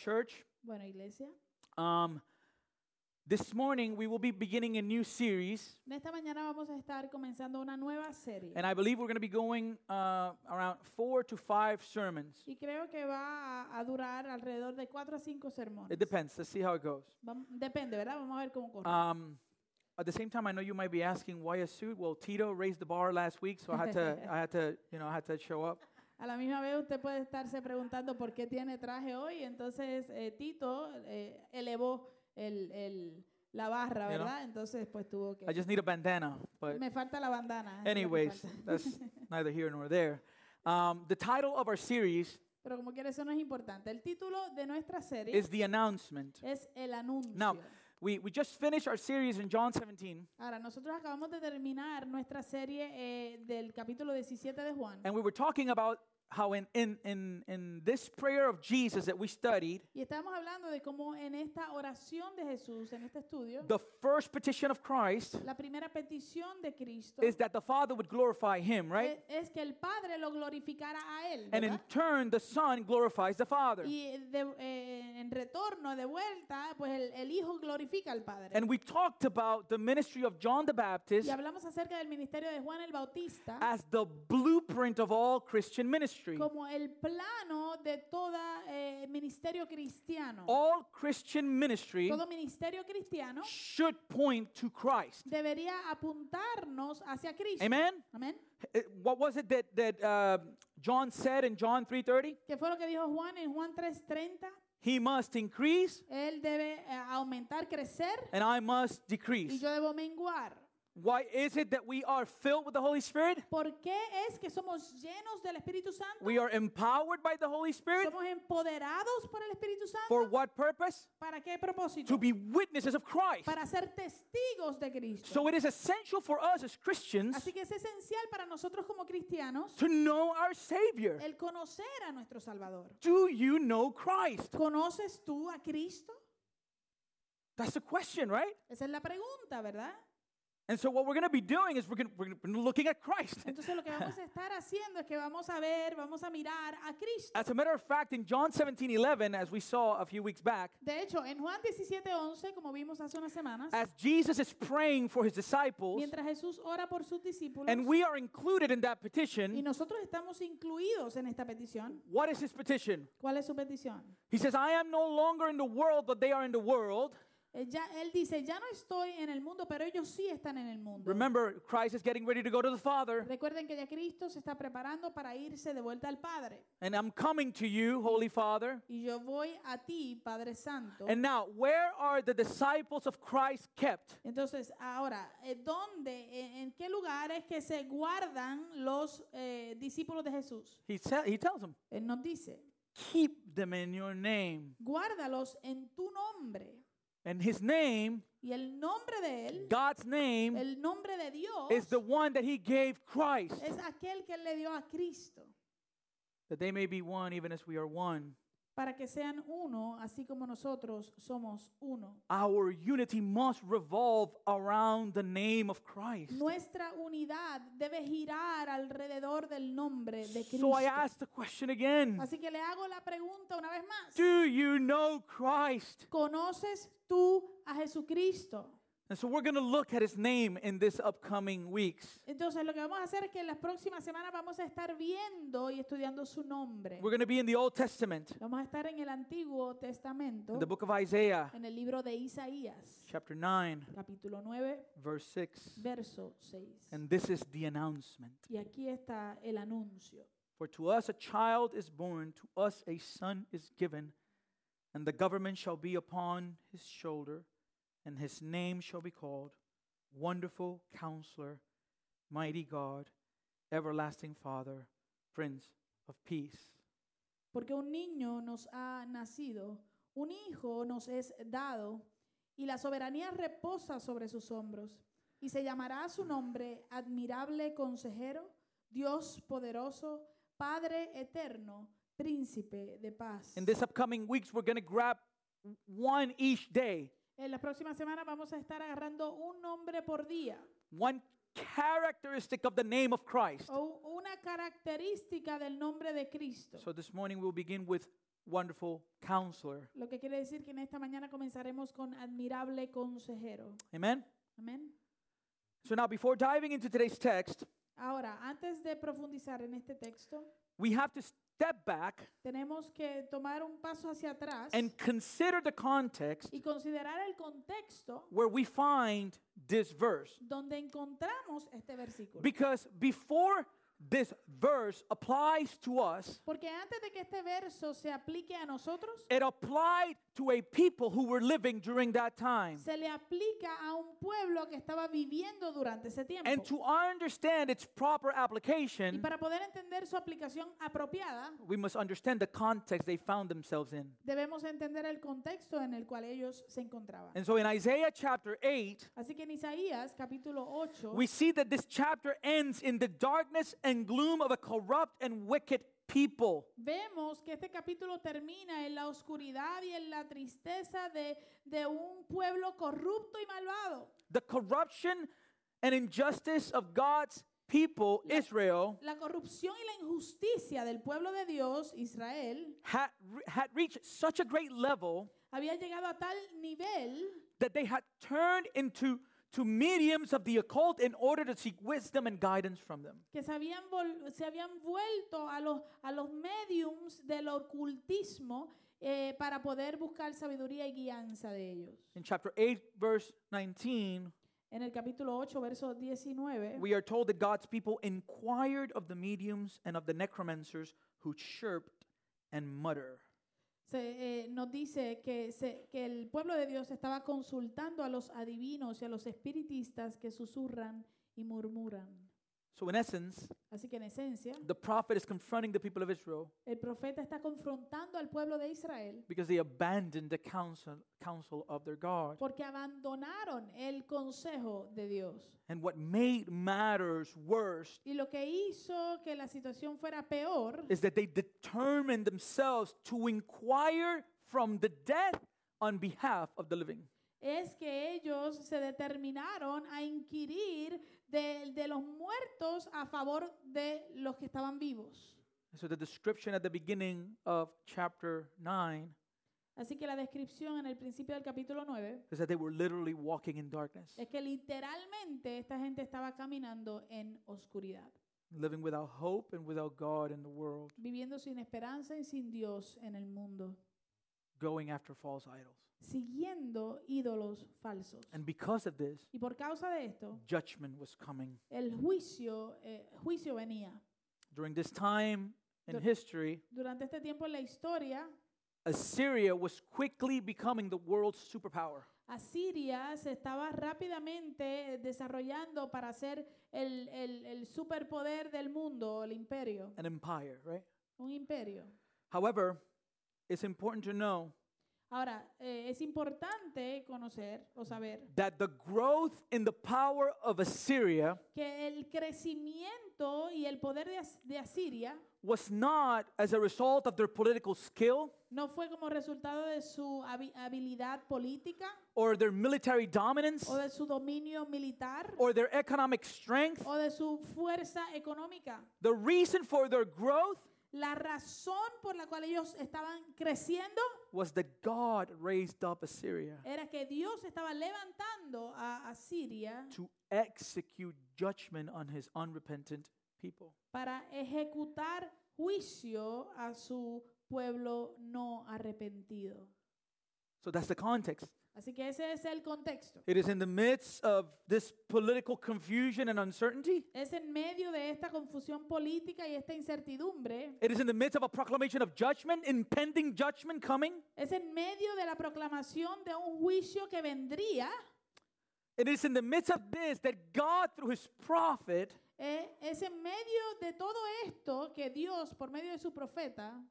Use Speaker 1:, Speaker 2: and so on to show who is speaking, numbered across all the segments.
Speaker 1: church.
Speaker 2: Bueno, iglesia,
Speaker 1: Um, this morning, we will be beginning a new series,
Speaker 2: en esta mañana vamos a estar comenzando una nueva serie.
Speaker 1: and I believe we're going to be going uh, around four to five sermons.
Speaker 2: Y creo que va a, a durar alrededor de cuatro a cinco sermones.
Speaker 1: It depends. Let's see how it goes.
Speaker 2: Vam- depende, ¿verdad? Vamos a ver cómo corre.
Speaker 1: Um, at the same time, I know you might be asking why a suit. Well, Tito raised the bar last week, so I had to, I had to, you know, I had to show up.
Speaker 2: A la misma vez usted puede estarse preguntando por qué tiene traje hoy. Entonces eh, Tito eh, elevó el, el- la barra,
Speaker 1: You know?
Speaker 2: ¿verdad? Entonces pues tuvo que...
Speaker 1: I just need a bandana, but
Speaker 2: Me falta la bandana. es lo que me
Speaker 1: anyways,
Speaker 2: falta.
Speaker 1: that's neither here nor there. Um, the title of our series
Speaker 2: Pero como quiera eso no es importante. El título de nuestra serie
Speaker 1: is the announcement.
Speaker 2: es El Anuncio.
Speaker 1: Now- We we just finished our series in John 17,
Speaker 2: Ahora, nosotros acabamos de terminar nuestra serie eh, del capítulo 17 de Juan.
Speaker 1: and we were talking about how in in in in this prayer of Jesus that we studied,
Speaker 2: Y estábamos hablando de cómo en esta oración de Jesús, en este estudio,
Speaker 1: the first petition of Christ
Speaker 2: la primera petición de Cristo
Speaker 1: is that the Father would glorify Him, right?
Speaker 2: e- es que el Padre lo glorificara a Él.
Speaker 1: And in
Speaker 2: ¿verdad?
Speaker 1: turn, the Son glorifies the Father.
Speaker 2: Y de- eh, en retorno, de vuelta, pues el, el Hijo glorifica al Padre.
Speaker 1: And we talked about the ministry of John the Baptist
Speaker 2: Y hablamos acerca del ministerio de Juan el Bautista
Speaker 1: as the blueprint of all Christian ministry.
Speaker 2: como el plano de todo ministerio cristiano.
Speaker 1: All Christian ministry
Speaker 2: Todo ministerio cristiano
Speaker 1: should point to Christ.
Speaker 2: debería apuntarnos hacia Cristo.
Speaker 1: Amen?
Speaker 2: Amén.
Speaker 1: Eh, What was it that, that uh, John said in John 3.30?
Speaker 2: ¿Qué fue lo que dijo Juan en Juan 3:30?
Speaker 1: He must increase
Speaker 2: Él debe eh, aumentar, crecer
Speaker 1: and I must
Speaker 2: y
Speaker 1: decrease.
Speaker 2: yo debo menguar.
Speaker 1: Why is it that we are filled with the Holy Spirit?
Speaker 2: ¿Por qué es que somos llenos del Espíritu Santo?
Speaker 1: We are empowered by the Holy Spirit.
Speaker 2: Somos empoderados por el Espíritu Santo.
Speaker 1: For what purpose?
Speaker 2: ¿Para qué
Speaker 1: To
Speaker 2: propósito?
Speaker 1: be witnesses of Christ.
Speaker 2: Para ser testigos de Cristo.
Speaker 1: So it is essential for us as Christians
Speaker 2: Así que es esencial para nosotros como cristianos
Speaker 1: to know our Savior.
Speaker 2: el conocer a nuestro Salvador.
Speaker 1: Do you know Christ?
Speaker 2: ¿Conoces tú a Cristo?
Speaker 1: That's the question, right?
Speaker 2: Esa es la pregunta, ¿verdad?
Speaker 1: And so what we're going to be doing is we're going we're gonna be looking at Christ.
Speaker 2: Entonces lo que vamos a estar haciendo es que vamos a ver, vamos a mirar a Cristo.
Speaker 1: As a matter of fact, in John 17, 11, as we saw a few weeks back,
Speaker 2: De hecho, en Juan 17:11, como vimos hace unas semanas,
Speaker 1: as Jesus is praying for his disciples,
Speaker 2: mientras Jesús ora por sus discípulos
Speaker 1: and we are included in that
Speaker 2: y
Speaker 1: petition,
Speaker 2: nosotros estamos incluidos en esta petición,
Speaker 1: what is his petition?
Speaker 2: ¿cuál es su petición?
Speaker 1: He says, I am no longer in the world, but they are in the world.
Speaker 2: Eh, ya- él dice, ya no estoy en el mundo, pero ellos sí están en el mundo.
Speaker 1: Remember, Christ is getting ready to go to the Father,
Speaker 2: Recuerden que ya Cristo se está preparando para irse de vuelta al Padre.
Speaker 1: and I'm coming to you, Holy Father.
Speaker 2: Y yo voy a ti, Padre Santo.
Speaker 1: And now, where are the disciples of Christ kept?
Speaker 2: Entonces, ahora, eh, ¿dónde, eh, en qué lugares que se guardan los eh, discípulos de Jesús?
Speaker 1: He, sa- he tells them,
Speaker 2: Él nos dice,
Speaker 1: keep them in your name.
Speaker 2: guárdalos en tu nombre.
Speaker 1: And his name,
Speaker 2: Y el nombre de él,
Speaker 1: God's name,
Speaker 2: el nombre de Dios,
Speaker 1: is the one that he gave Christ,
Speaker 2: es aquel que él le dio a Cristo,
Speaker 1: that they may be one even as we are one.
Speaker 2: para que sean uno, así como nosotros somos uno.
Speaker 1: Our unity must revolve around the name of Christ.
Speaker 2: Nuestra unidad debe girar alrededor del nombre de Cristo.
Speaker 1: So I ask the question again
Speaker 2: Así que le hago la pregunta una vez más.
Speaker 1: Do you know Christ?
Speaker 2: ¿Conoces tú a Jesucristo?
Speaker 1: And so we're going to look at his name in this upcoming weeks.
Speaker 2: Entonces lo que vamos a hacer es que en las próximas semanas vamos a estar viendo y estudiando su nombre.
Speaker 1: We're going to be in the Old Testament,
Speaker 2: Vamos a estar en el Antiguo Testamento,
Speaker 1: in the book of Isaiah,
Speaker 2: en el libro de Isaías,
Speaker 1: chapter 9,
Speaker 2: capítulo 9,
Speaker 1: verse 6.
Speaker 2: verso 6.
Speaker 1: And this is the announcement.
Speaker 2: Y aquí está el anuncio.
Speaker 1: For to us a child is born, to us a son is given, and the government shall be upon his shoulder, and his name shall be called Wonderful Counselor, Mighty God, Everlasting Father, Prince of Peace.
Speaker 2: Porque un niño nos ha nacido, un hijo nos es dado, y la soberanía reposa sobre sus hombros. Y se llamará a su nombre admirable consejero, Dios poderoso, Padre eterno, príncipe de paz.
Speaker 1: In this upcoming weeks, we're going to grab one each day,
Speaker 2: En las próximas semanas vamos a estar agarrando un nombre por día
Speaker 1: one characteristic of the name of
Speaker 2: Oh.
Speaker 1: Christ.
Speaker 2: o una característica del nombre de Cristo.
Speaker 1: So this morning we'll begin with Wonderful Counselor.
Speaker 2: Lo que quiere decir que en esta mañana comenzaremos con admirable consejero.
Speaker 1: Amen?
Speaker 2: Amén.
Speaker 1: So now, before diving into today's text,
Speaker 2: Ahora, antes de profundizar en este texto,
Speaker 1: we have to step back
Speaker 2: tenemos que tomar un paso hacia atrás
Speaker 1: and consider the context
Speaker 2: y considerar el contexto
Speaker 1: where we find this verse.
Speaker 2: donde encontramos este versículo.
Speaker 1: Because before this verse applies to us,
Speaker 2: Porque antes de que este verso se aplique a nosotros,
Speaker 1: it applied to a people who were living during that time.
Speaker 2: se le aplica a un pueblo que estaba viviendo durante ese
Speaker 1: And
Speaker 2: tiempo.
Speaker 1: to understand its proper
Speaker 2: Y
Speaker 1: application,
Speaker 2: para poder entender su aplicación apropiada,
Speaker 1: we must understand the context they found themselves in.
Speaker 2: debemos entender el contexto en el cual ellos se encontraban.
Speaker 1: And so in Isaiah chapter 8,
Speaker 2: Así que en Isaías capítulo 8
Speaker 1: we see that this chapter ends in the darkness and gloom of a corrupt and wicked people.
Speaker 2: vemos que este capítulo termina en la oscuridad y en la tristeza de, de un pueblo corrupto y malvado.
Speaker 1: The corruption and injustice of God's people, Israel,
Speaker 2: La corrupción y la injusticia del pueblo de Dios, Israel,
Speaker 1: had, re- had reached such a great level
Speaker 2: había llegado a tal nivel
Speaker 1: that they had turned into to mediums of the occult in order to seek wisdom and guidance from them.
Speaker 2: que se habían, vol- se habían vuelto a los, a los mediums del ocultismo eh, para poder buscar sabiduría y guianza de ellos.
Speaker 1: In chapter 8, verse 19,
Speaker 2: En el capítulo 8, verso 19,
Speaker 1: we are told that God's people inquired of the mediums and of the necromancers who chirped and mutter.
Speaker 2: se, eh, nos dice que, se- que el pueblo de Dios estaba consultando a los adivinos y a los espiritistas que susurran y murmuran.
Speaker 1: So, in essence,
Speaker 2: Así que en esencia,
Speaker 1: the prophet is confronting the people of Israel
Speaker 2: el profeta está confrontando al pueblo de Israel
Speaker 1: because they abandoned the counsel, counsel of their God.
Speaker 2: porque abandonaron el consejo de Dios.
Speaker 1: And what made matters worse
Speaker 2: Y lo que hizo que la situación fuera peor
Speaker 1: is that they determined themselves to inquire from the dead on behalf of the living.
Speaker 2: es que ellos se determinaron a inquirir de, de los muertos a favor de los que estaban vivos.
Speaker 1: And So, the description at the beginning of chapter 9
Speaker 2: Así que la descripción en el principio del capítulo 9
Speaker 1: is that they were literally walking in darkness,
Speaker 2: es que literalmente esta gente estaba caminando en oscuridad,
Speaker 1: living without hope and without God in the world,
Speaker 2: viviendo sin esperanza y sin Dios en el mundo,
Speaker 1: going after false idols.
Speaker 2: siguiendo ídolos falsos.
Speaker 1: And because of this,
Speaker 2: Y por causa de esto,
Speaker 1: judgment was coming.
Speaker 2: el juicio, eh, juicio venía.
Speaker 1: During this time in
Speaker 2: The-
Speaker 1: history,
Speaker 2: Durante este tiempo en la historia,
Speaker 1: Assyria was quickly becoming the world's superpower.
Speaker 2: Asiria se estaba rápidamente eh, desarrollando para ser el, el- el superpoder del mundo, el imperio,
Speaker 1: An empire, right?
Speaker 2: un imperio.
Speaker 1: However, it's important to know
Speaker 2: Ahora, eh, es importante conocer o saber
Speaker 1: that the growth in the power of Assyria
Speaker 2: que el crecimiento y el poder de, As- de Asiria
Speaker 1: was not as a result of their political skill
Speaker 2: no fue como resultado de su habi- habilidad política
Speaker 1: or their military dominance
Speaker 2: o de su dominio militar
Speaker 1: or their economic strength.
Speaker 2: o de su fuerza económica.
Speaker 1: The reason for their growth
Speaker 2: La razón por la cual ellos estaban creciendo
Speaker 1: was that God raised up Assyria
Speaker 2: era que Dios estaba levantando a, a Siria
Speaker 1: to execute judgment on his unrepentant people.
Speaker 2: para ejecutar juicio a su pueblo no arrepentido.
Speaker 1: So that's the context.
Speaker 2: Así que ese es el contexto.
Speaker 1: It is in the midst of this political confusion and uncertainty.
Speaker 2: Es en medio de esta confusión política y esta incertidumbre,
Speaker 1: It is in the midst of a proclamation of judgment, impending judgment coming.
Speaker 2: es en medio de la proclamación de un juicio que vendría,
Speaker 1: It is in the midst of this that God, through his prophet,
Speaker 2: eh, es en medio de todo esto que Dios, por medio de su profeta,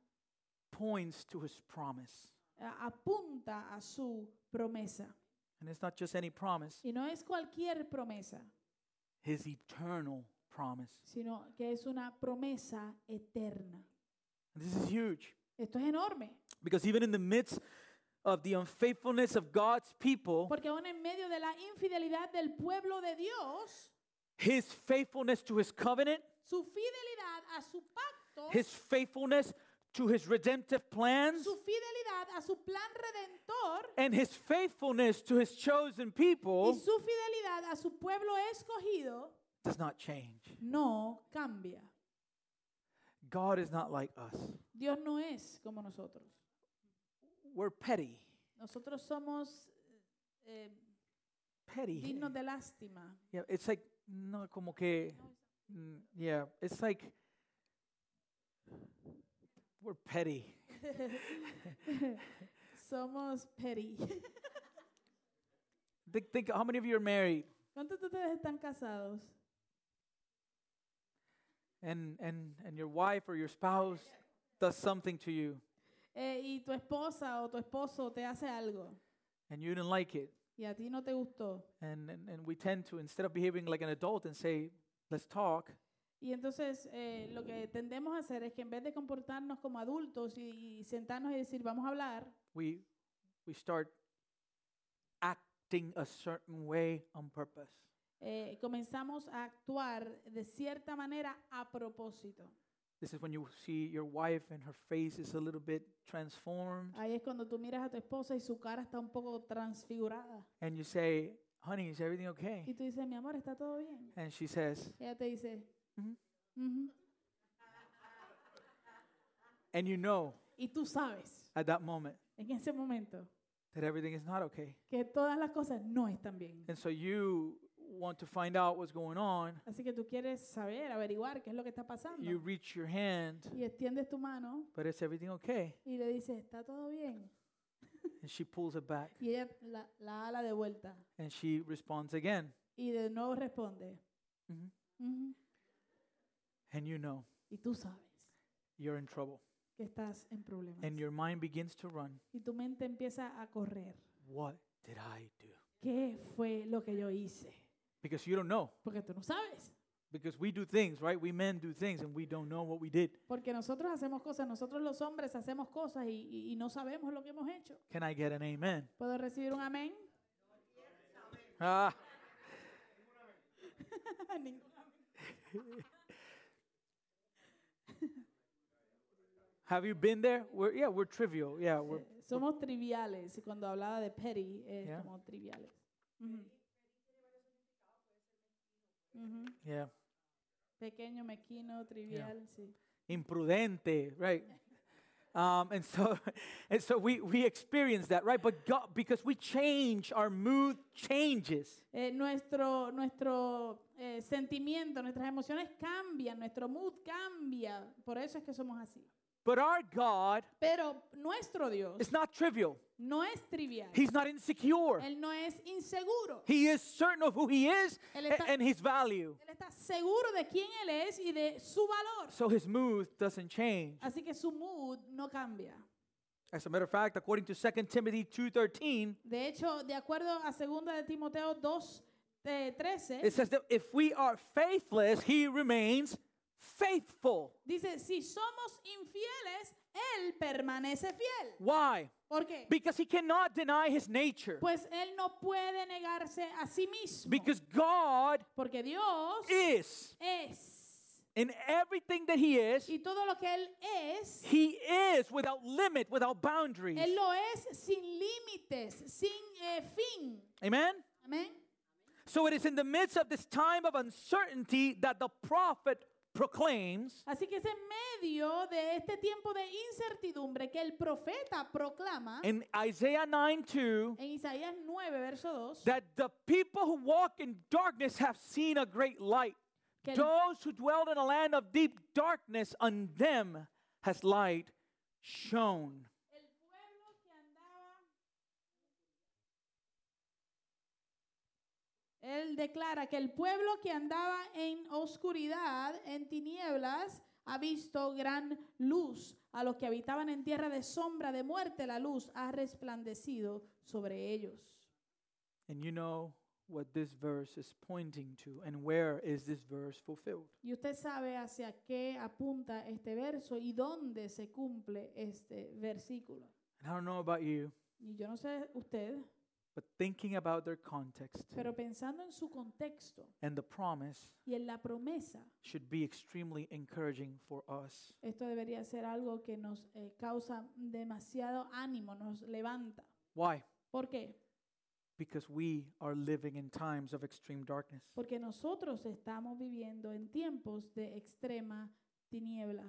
Speaker 1: points to his promise.
Speaker 2: a- apunta a su promesa.
Speaker 1: And it's not just any promise,
Speaker 2: Y no es cualquier promesa.
Speaker 1: his eternal promise.
Speaker 2: sino que es una promesa eterna.
Speaker 1: And this is huge
Speaker 2: Esto es enorme,
Speaker 1: because even in the midst of the unfaithfulness of God's people,
Speaker 2: porque aún en medio de la infidelidad del pueblo de Dios,
Speaker 1: his faithfulness to his covenant,
Speaker 2: su fidelidad a su pacto,
Speaker 1: his faithfulness to his redemptive plans
Speaker 2: su fidelidad a su plan redentor
Speaker 1: and his faithfulness to his chosen
Speaker 2: y
Speaker 1: people
Speaker 2: su fidelidad a su pueblo escogido
Speaker 1: does not change.
Speaker 2: no cambia.
Speaker 1: God is not like us.
Speaker 2: Dios no es como nosotros.
Speaker 1: We're petty.
Speaker 2: Nosotros somos eh,
Speaker 1: Petty.
Speaker 2: dignos de lástima.
Speaker 1: Yeah, it's like no como que mm, yeah, it's like we're petty.
Speaker 2: Somos petty.
Speaker 1: Think, think how many of you are married
Speaker 2: ¿Cuántos de ustedes están casados?
Speaker 1: and and and your wife or your spouse does something to you
Speaker 2: Eh, y tu esposa o tu esposo te hace algo
Speaker 1: and you didn't like it
Speaker 2: y a ti no te gustó.
Speaker 1: and and, and we tend to instead of behaving like an adult and say let's talk
Speaker 2: Y entonces eh, lo que tendemos a hacer es que en vez de comportarnos como adultos y, y sentarnos y decir vamos a hablar,
Speaker 1: we we start acting a certain way on purpose
Speaker 2: eh, comenzamos a actuar de cierta manera a propósito.
Speaker 1: this is when you see your wife and her face is a little bit transformed
Speaker 2: Ahí es cuando tú miras a tu esposa y su cara está un poco transfigurada.
Speaker 1: and you say honey is everything okay
Speaker 2: Y tú dices, mi amor, ¿está todo bien?
Speaker 1: and she says
Speaker 2: Ella te dice,
Speaker 1: Ujú.
Speaker 2: "Ujú".
Speaker 1: and you know
Speaker 2: y tú sabes
Speaker 1: at that moment
Speaker 2: en ese momento
Speaker 1: that everything is not okay
Speaker 2: que todas las cosas no están bien.
Speaker 1: and so you want to find out what's going on
Speaker 2: Así que tú quieres saber, averiguar qué es lo que está pasando.
Speaker 1: you reach your hand
Speaker 2: Y extiendes tu mano
Speaker 1: but is everything okay
Speaker 2: y le dices, ¿está todo bien?
Speaker 1: and she pulls it back
Speaker 2: Y ella la, la ala de vuelta
Speaker 1: and she responds again
Speaker 2: y de nuevo responde,
Speaker 1: Mhm.
Speaker 2: "Ujú".
Speaker 1: and you know
Speaker 2: y tú sabes
Speaker 1: you're in trouble
Speaker 2: que estás en problemas.
Speaker 1: and your mind begins to run
Speaker 2: y tu mente empieza a correr.
Speaker 1: what did i do
Speaker 2: ¿Qué fue lo que yo hice?
Speaker 1: because you don't know
Speaker 2: Porque tú no sabes.
Speaker 1: because we do things right we men do things and we don't know what we did
Speaker 2: Porque nosotros hacemos cosas, nosotros los hombres hacemos cosas y, y- y no sabemos lo que hemos hecho.
Speaker 1: can i get an amen
Speaker 2: ¿Puedo recibir un amén?
Speaker 1: ah
Speaker 2: Ningún.
Speaker 1: have you been there we're, yeah we're trivial yeah we're
Speaker 2: Eh, Somos triviales. Y Cuando hablaba de petty, es
Speaker 1: Yeah.
Speaker 2: como triviales. Ujú. Ujú.
Speaker 1: yeah
Speaker 2: Pequeño, mezquino, trivial, sí.
Speaker 1: imprudente, right? Um, and so, and so we, we experience that, right? But God, because we change, our mood changes.
Speaker 2: Eh, nuestro nuestro eh, sentimiento, nuestras emociones cambian, nuestro mood cambia. Por eso es que somos así.
Speaker 1: But our God
Speaker 2: Pero nuestro Dios
Speaker 1: is not trivial.
Speaker 2: no es trivial.
Speaker 1: He's not insecure.
Speaker 2: Él no es inseguro.
Speaker 1: He is certain of who He is
Speaker 2: Él
Speaker 1: a-
Speaker 2: está-
Speaker 1: and His value.
Speaker 2: Él está seguro de quién él es y de su valor.
Speaker 1: So His mood doesn't change.
Speaker 2: Así que su mood no cambia.
Speaker 1: As a matter of fact, according to 2 Timothy 2.13,
Speaker 2: De hecho, de acuerdo a 2 de Timoteo 2, eh, 13,
Speaker 1: it says that if we are faithless, He remains faithful.
Speaker 2: dice, si somos infieles, él permanece fiel.
Speaker 1: Why?
Speaker 2: ¿Por qué?
Speaker 1: Because He cannot deny His nature.
Speaker 2: Pues él no puede negarse a sí mismo.
Speaker 1: Because God
Speaker 2: porque Dios
Speaker 1: is.
Speaker 2: es.
Speaker 1: In everything that he is,
Speaker 2: Y todo lo que él es,
Speaker 1: he is without limit, without boundaries.
Speaker 2: él lo es sin límites, sin eh, fin.
Speaker 1: Amen?
Speaker 2: Amén.
Speaker 1: So it is in the midst of this time of uncertainty that the prophet proclaims
Speaker 2: Así que es en medio de este tiempo de incertidumbre que el profeta proclama
Speaker 1: in Isaiah 9 2
Speaker 2: en Isaías 9, verso 2,
Speaker 1: that the people who walk in darkness have seen a great light.
Speaker 2: que el,
Speaker 1: Those who dwell in a land of deep darkness, on them has light shone.
Speaker 2: el pueblo que andaba... Él declara que el pueblo que andaba en oscuridad, en tinieblas, ha visto gran luz. A los que habitaban en tierra de sombra de muerte, la luz ha resplandecido sobre ellos.
Speaker 1: And you know what this verse is pointing to, and where is this verse fulfilled?
Speaker 2: Y usted sabe hacia qué apunta este verso y dónde se cumple este versículo.
Speaker 1: And I don't know about you.
Speaker 2: Y yo no sé usted,
Speaker 1: but thinking about their context
Speaker 2: Pero pensando en su contexto
Speaker 1: and the promise
Speaker 2: y en la promesa,
Speaker 1: should be extremely encouraging for us.
Speaker 2: esto debería ser algo que nos eh, causa demasiado ánimo, nos levanta.
Speaker 1: Why?
Speaker 2: ¿Por qué?
Speaker 1: Because we are living in times of extreme darkness.
Speaker 2: Porque nosotros estamos viviendo en tiempos de extrema tiniebla.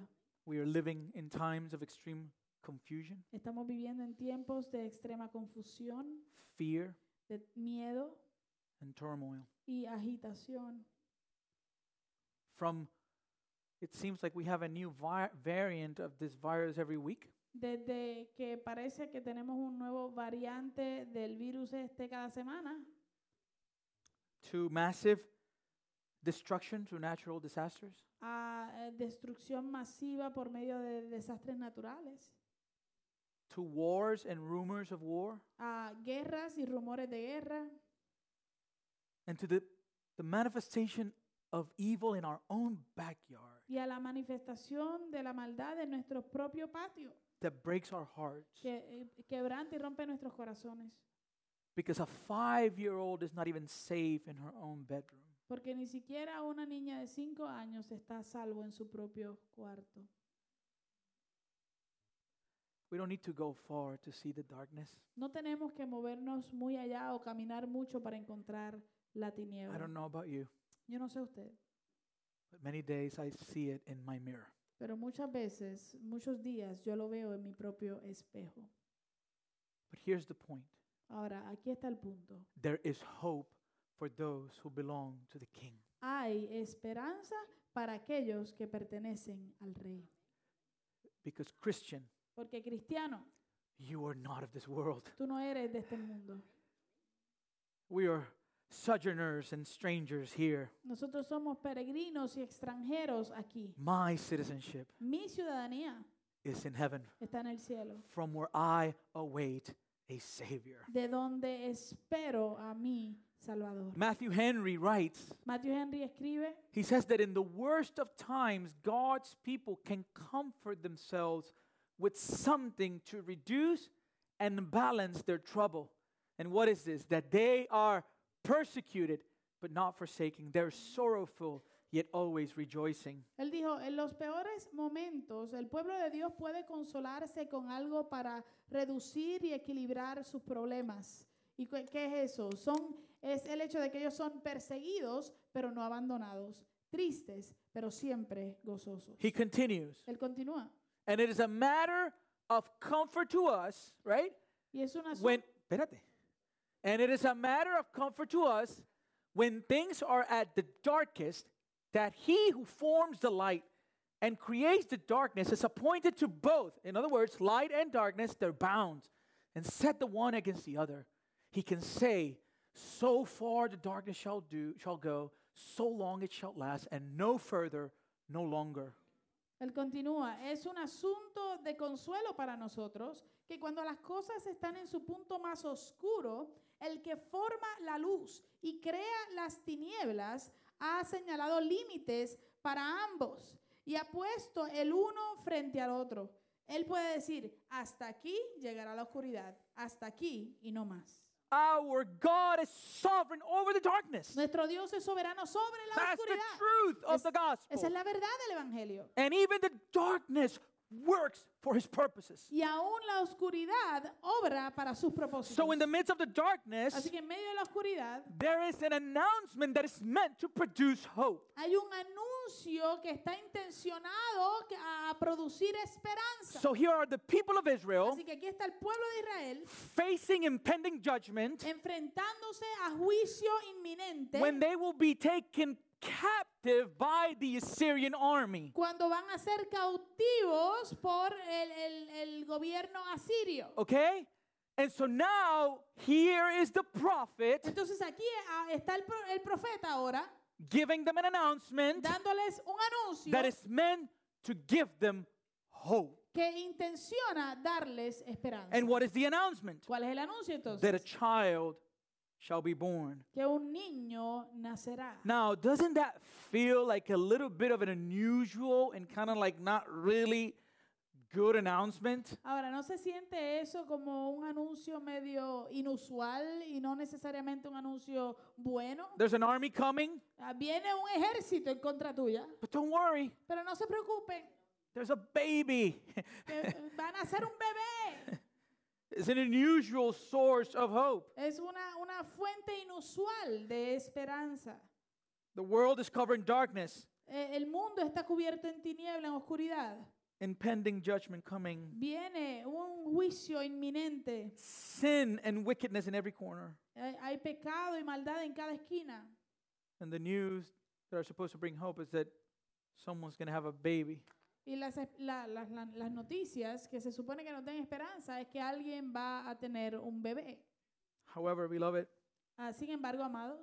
Speaker 1: We are living in times of extreme confusion,
Speaker 2: Estamos viviendo en tiempos de extrema confusión,
Speaker 1: fear,
Speaker 2: de miedo
Speaker 1: and turmoil.
Speaker 2: y agitación.
Speaker 1: From it seems like we have a new vi- variant of this virus every week.
Speaker 2: Desde que parece que tenemos un nuevo variante del virus este cada semana,
Speaker 1: to massive destruction through natural disasters,
Speaker 2: a eh, destrucción masiva por medio de desastres naturales,
Speaker 1: to wars and rumors of war,
Speaker 2: a guerras y rumores de guerra,
Speaker 1: and to the, the manifestation of evil in our own backyard
Speaker 2: y a la manifestación de la maldad en nuestro propio patio,
Speaker 1: that breaks our hearts.
Speaker 2: que eh, quebranta y rompe nuestros corazones.
Speaker 1: Because a five year old is not even safe in her own bedroom.
Speaker 2: Porque ni siquiera una niña de 5 años está a salvo en su propio cuarto.
Speaker 1: We don't need to go far to see the darkness.
Speaker 2: No tenemos que movernos muy allá o caminar mucho para encontrar la
Speaker 1: I don't
Speaker 2: tiniebla.
Speaker 1: know about you,
Speaker 2: Yo no sé usted,
Speaker 1: but many days I see it in my mirror.
Speaker 2: pero muchas veces, muchos días yo lo veo en mi propio espejo.
Speaker 1: But here's the point
Speaker 2: Ahora, aquí está el punto.
Speaker 1: there is hope for those who belong to the King.
Speaker 2: Hay esperanza para aquellos que pertenecen al rey.
Speaker 1: Because, Christian,
Speaker 2: Porque cristiano,
Speaker 1: you are not of this world.
Speaker 2: tú no eres de este mundo.
Speaker 1: We are sojourners and strangers here.
Speaker 2: Nosotros somos peregrinos y extranjeros aquí.
Speaker 1: My citizenship
Speaker 2: Mi ciudadanía
Speaker 1: is in heaven,
Speaker 2: está en el cielo.
Speaker 1: from where I await a Savior.
Speaker 2: de donde espero a mi Salvador.
Speaker 1: Matthew Henry writes,
Speaker 2: Matthew Henry escribe,
Speaker 1: he says that in the worst of times, God's people can comfort themselves with something to reduce and balance their trouble. And what is this? That they are persecuted, but not forsaking. They're sorrowful, yet always rejoicing.
Speaker 2: él dijo, en los peores momentos el pueblo de Dios puede consolarse con algo para reducir y equilibrar sus problemas. ¿Y cu- qué es eso? Son, es el hecho de que ellos son perseguidos, pero no abandonados, tristes, pero siempre gozosos.
Speaker 1: He continues.
Speaker 2: Él continúa.
Speaker 1: And it is a matter of comfort to us, right?
Speaker 2: Y es una
Speaker 1: When espérate. And it is a matter of comfort to us when things are at the darkest that he who forms the light and creates the darkness is appointed to both. In other words, light and darkness, they're bound and set the one against the other. He can say, So far the darkness shall do shall go, so long it shall last, and no further, no longer.
Speaker 2: Él continúa, es un asunto de consuelo para nosotros que cuando las cosas están en su punto más oscuro, el que forma la luz y crea las tinieblas ha señalado límites para ambos y ha puesto el uno frente al otro. Él puede decir, hasta aquí llegará la oscuridad, hasta aquí y no más.
Speaker 1: Our God is sovereign over the darkness.
Speaker 2: Nuestro Dios es soberano sobre la
Speaker 1: That's the
Speaker 2: oscuridad.
Speaker 1: truth of
Speaker 2: Es-
Speaker 1: the gospel.
Speaker 2: Esa es la verdad del Evangelio.
Speaker 1: And even the darkness works for his purposes.
Speaker 2: Y aún la oscuridad obra para sus propósitos.
Speaker 1: So, in the midst of the darkness,
Speaker 2: Así que en medio de la oscuridad
Speaker 1: there is an announcement that is meant to produce hope.
Speaker 2: hay un anuncio que está intencionado que- a a producir esperanza.
Speaker 1: So, here are the people of Israel
Speaker 2: Así que aquí está el pueblo de Israel
Speaker 1: facing impending judgment
Speaker 2: enfrentándose a juicio inminente
Speaker 1: when they will be taken captive by the Assyrian army.
Speaker 2: cuando van a ser cautivos por el, el- el gobierno asirio.
Speaker 1: Okay? And so now, here is the prophet
Speaker 2: Entonces aquí ah, está el, pro- el profeta ahora
Speaker 1: giving them an announcement
Speaker 2: dándoles un anuncio
Speaker 1: that is meant to give them hope.
Speaker 2: que intenciona darles esperanza.
Speaker 1: And what is the announcement?
Speaker 2: ¿Cuál es el anuncio entonces?
Speaker 1: that a child shall be born.
Speaker 2: que un niño nacerá.
Speaker 1: Now, doesn't that feel like a little bit of an unusual and kind of like not really good announcement,
Speaker 2: Ahora, ¿no se siente eso como un anuncio medio inusual y no necesariamente un anuncio bueno?
Speaker 1: there's an army coming,
Speaker 2: Ah, Viene un ejército en contra tuya,
Speaker 1: but don't worry,
Speaker 2: pero no se preocupen,
Speaker 1: there's a baby.
Speaker 2: que eh, van a ser un bebé.
Speaker 1: it's an unusual source of hope.
Speaker 2: Es una, una fuente inusual de esperanza.
Speaker 1: The world is covered in darkness,
Speaker 2: Eh, El mundo está cubierto en tiniebla, en oscuridad.
Speaker 1: impending judgment coming,
Speaker 2: Viene un juicio inminente.
Speaker 1: sin and wickedness in every corner,
Speaker 2: Eh, Hay pecado y maldad en cada esquina.
Speaker 1: and the news that are supposed to bring hope is that someone's going to have a baby.
Speaker 2: Y las, es- la- las- la- las noticias que se supone que no tienen esperanza es que alguien va a tener un bebé.
Speaker 1: However, beloved,
Speaker 2: Ah, sin embargo, amados,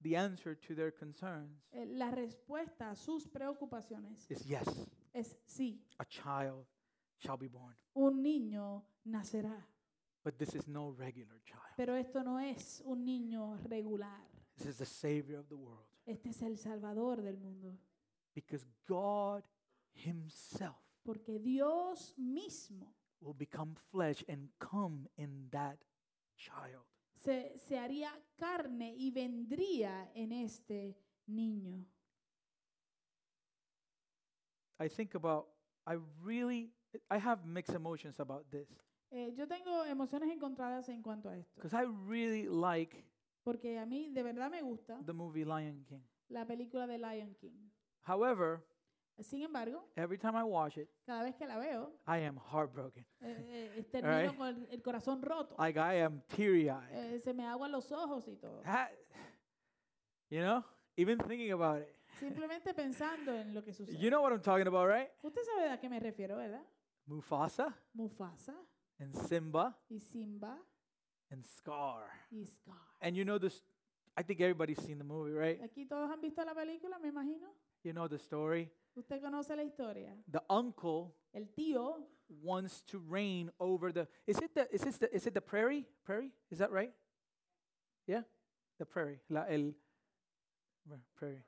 Speaker 1: the answer to their concerns
Speaker 2: eh, la respuesta a sus preocupaciones
Speaker 1: is yes,
Speaker 2: es sí,
Speaker 1: a child shall be born.
Speaker 2: un niño nacerá.
Speaker 1: But this is no regular child.
Speaker 2: Pero esto no es un niño regular.
Speaker 1: This is the Savior of the world.
Speaker 2: Este es el Salvador del mundo.
Speaker 1: Because God Himself
Speaker 2: Porque Dios mismo
Speaker 1: will become flesh and come in that child.
Speaker 2: se, se haría carne y vendría en este niño.
Speaker 1: I think about, I really, I have mixed emotions about this.
Speaker 2: Eh, yo tengo emociones encontradas en cuanto a esto.
Speaker 1: Because I really like
Speaker 2: Porque a mí de verdad me gusta
Speaker 1: the movie Lion King.
Speaker 2: la película de Lion King.
Speaker 1: However,
Speaker 2: Sin embargo,
Speaker 1: every time I watch it,
Speaker 2: cada vez que la veo,
Speaker 1: I am heartbroken.
Speaker 2: eh, eh, termino
Speaker 1: Alright.
Speaker 2: con el, el corazón roto.
Speaker 1: Like I am teary eyed.
Speaker 2: Eh, se me aguan los ojos y todo.
Speaker 1: You know, even thinking about it.
Speaker 2: Simplemente pensando en lo que sucede.
Speaker 1: You know what I'm talking about, right?
Speaker 2: Usted sabe a qué me refiero, ¿verdad?
Speaker 1: Mufasa
Speaker 2: Mufasa
Speaker 1: and Simba
Speaker 2: y Simba
Speaker 1: and Scar.
Speaker 2: y Scar.
Speaker 1: And you know this, I think everybody's seen the movie, right?
Speaker 2: Aquí todos han visto la película, me imagino.
Speaker 1: You know the story.
Speaker 2: Usted conoce la historia.
Speaker 1: The uncle
Speaker 2: El tío,
Speaker 1: wants to reign over the. Is it the? Is it the? Is it the prairie? Prairie? Is that right? Yeah, the prairie. La el. where- Prairie.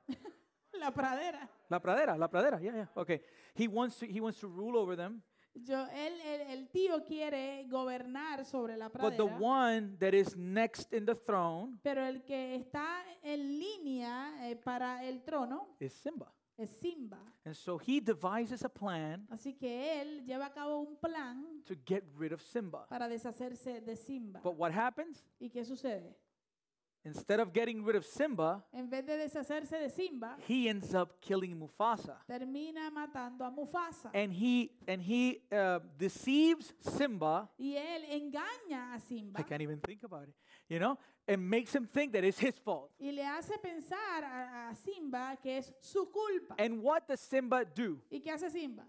Speaker 2: la pradera.
Speaker 1: La pradera. La pradera. Yeah, yeah. Okay. He wants to. He wants to rule over them.
Speaker 2: Yo, él, él- el tío quiere gobernar sobre la
Speaker 1: But the
Speaker 2: pradera.
Speaker 1: one that is next in the throne
Speaker 2: Pero el que está en línea eh, para el trono
Speaker 1: is Simba.
Speaker 2: es Simba.
Speaker 1: And so he devises a plan
Speaker 2: Así que él lleva a cabo un plan
Speaker 1: to get rid of Simba.
Speaker 2: para deshacerse de Simba.
Speaker 1: But what happens?
Speaker 2: ¿Y qué sucede?
Speaker 1: Instead of getting rid of Simba,
Speaker 2: En vez de deshacerse de Simba,
Speaker 1: he ends up killing Mufasa.
Speaker 2: termina matando a Mufasa.
Speaker 1: And he and he uh, deceives Simba.
Speaker 2: Y él engaña a
Speaker 1: I
Speaker 2: Simba
Speaker 1: can't even think about it, you know, and makes him think that it's his fault.
Speaker 2: y le hace pensar a, a Simba que es su culpa.
Speaker 1: And what does Simba do?
Speaker 2: ¿Y qué hace Simba?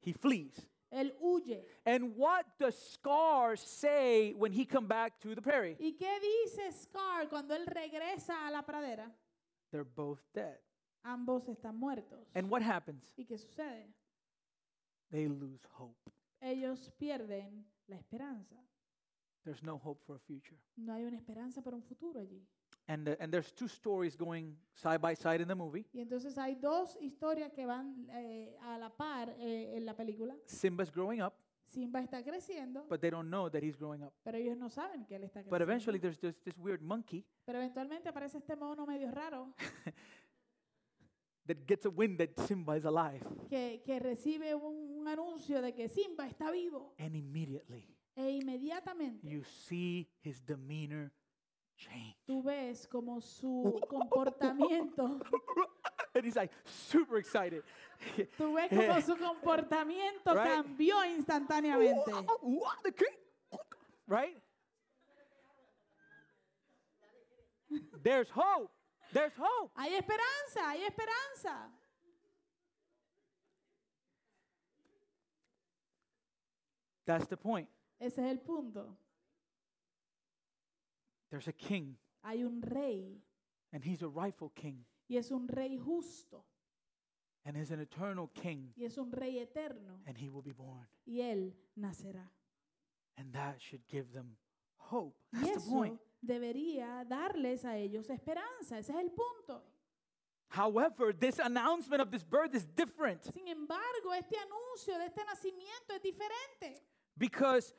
Speaker 1: He flees.
Speaker 2: Él huye.
Speaker 1: And what does Scar say when he come back to the prairie?
Speaker 2: ¿Y qué dice Scar cuando él regresa a la pradera?
Speaker 1: They're both dead.
Speaker 2: Ambos están muertos.
Speaker 1: And what happens?
Speaker 2: ¿Y qué sucede?
Speaker 1: They lose hope.
Speaker 2: Ellos pierden la esperanza.
Speaker 1: There's no hope for a future.
Speaker 2: No hay una esperanza para un futuro allí.
Speaker 1: And the, and there's two stories going side by side in the movie.
Speaker 2: Y entonces hay dos historias que van eh, a la par eh, en la película.
Speaker 1: Simba's growing up,
Speaker 2: Simba está creciendo,
Speaker 1: but they don't know that he's growing up.
Speaker 2: pero ellos no saben que él está creciendo.
Speaker 1: But eventually there's this, this weird monkey
Speaker 2: pero eventualmente aparece este mono medio raro
Speaker 1: that gets a wind that Simba is alive.
Speaker 2: que, que recibe un, un anuncio de que Simba está vivo.
Speaker 1: And immediately
Speaker 2: E inmediatamente
Speaker 1: you see his demeanor change.
Speaker 2: tú ves como su comportamiento,
Speaker 1: and he's like super excited.
Speaker 2: tú ves como su comportamiento
Speaker 1: Right.
Speaker 2: cambió instantáneamente.
Speaker 1: Right? There's hope. There's hope.
Speaker 2: Hay esperanza, hay esperanza.
Speaker 1: That's the point.
Speaker 2: Ese es el punto.
Speaker 1: There's a king,
Speaker 2: Hay un rey
Speaker 1: and he's a rightful king,
Speaker 2: y es un rey justo
Speaker 1: and he's an eternal king,
Speaker 2: y es un rey eterno
Speaker 1: and he will be born.
Speaker 2: y él nacerá.
Speaker 1: And that should give them hope.
Speaker 2: Y
Speaker 1: That's the point.
Speaker 2: eso debería darles a ellos esperanza. Ese es el punto.
Speaker 1: However, this announcement of this birth is different
Speaker 2: Sin embargo, este anuncio de este nacimiento es diferente,
Speaker 1: because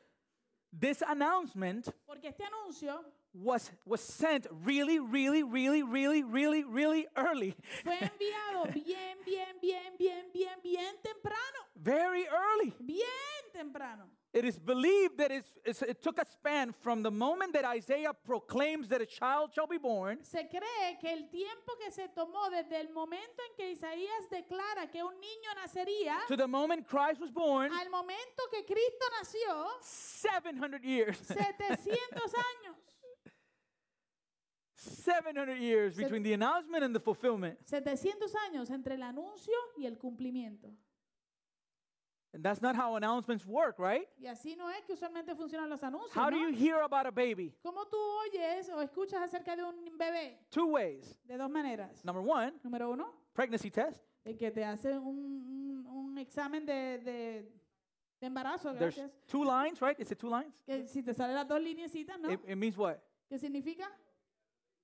Speaker 1: this announcement
Speaker 2: porque este anuncio
Speaker 1: was was sent really, really, really, really, really, really early,
Speaker 2: fue enviado bien, bien, bien, bien, bien, bien temprano,
Speaker 1: very early.
Speaker 2: bien temprano.
Speaker 1: It is believed that it's, it's, it took a span from the moment that Isaiah proclaims that a child shall be born
Speaker 2: Se cree que el tiempo que se tomó desde el momento en que Isaías declara que un niño nacería
Speaker 1: to the moment Christ was born,
Speaker 2: al momento que Cristo nació,
Speaker 1: 700 years.
Speaker 2: 700 años.
Speaker 1: 700 years
Speaker 2: Se-
Speaker 1: between the announcement and the fulfillment.
Speaker 2: 700 años entre el anuncio y el cumplimiento.
Speaker 1: And that's not how announcements work, right?
Speaker 2: Y así no es que usualmente funcionan los anuncios.
Speaker 1: How do
Speaker 2: ¿no?
Speaker 1: you hear about a baby?
Speaker 2: ¿Cómo tú oyes o escuchas acerca de un bebé?
Speaker 1: Two ways.
Speaker 2: De dos maneras.
Speaker 1: Number one,
Speaker 2: Número uno,
Speaker 1: pregnancy test.
Speaker 2: el que te hace un, un- un examen de, de- de embarazo,
Speaker 1: There's
Speaker 2: gracias.
Speaker 1: two lines, right? Is it two lines?
Speaker 2: Que si te salen las dos lineecitas, ¿no?
Speaker 1: It, it means what?
Speaker 2: ¿Qué significa?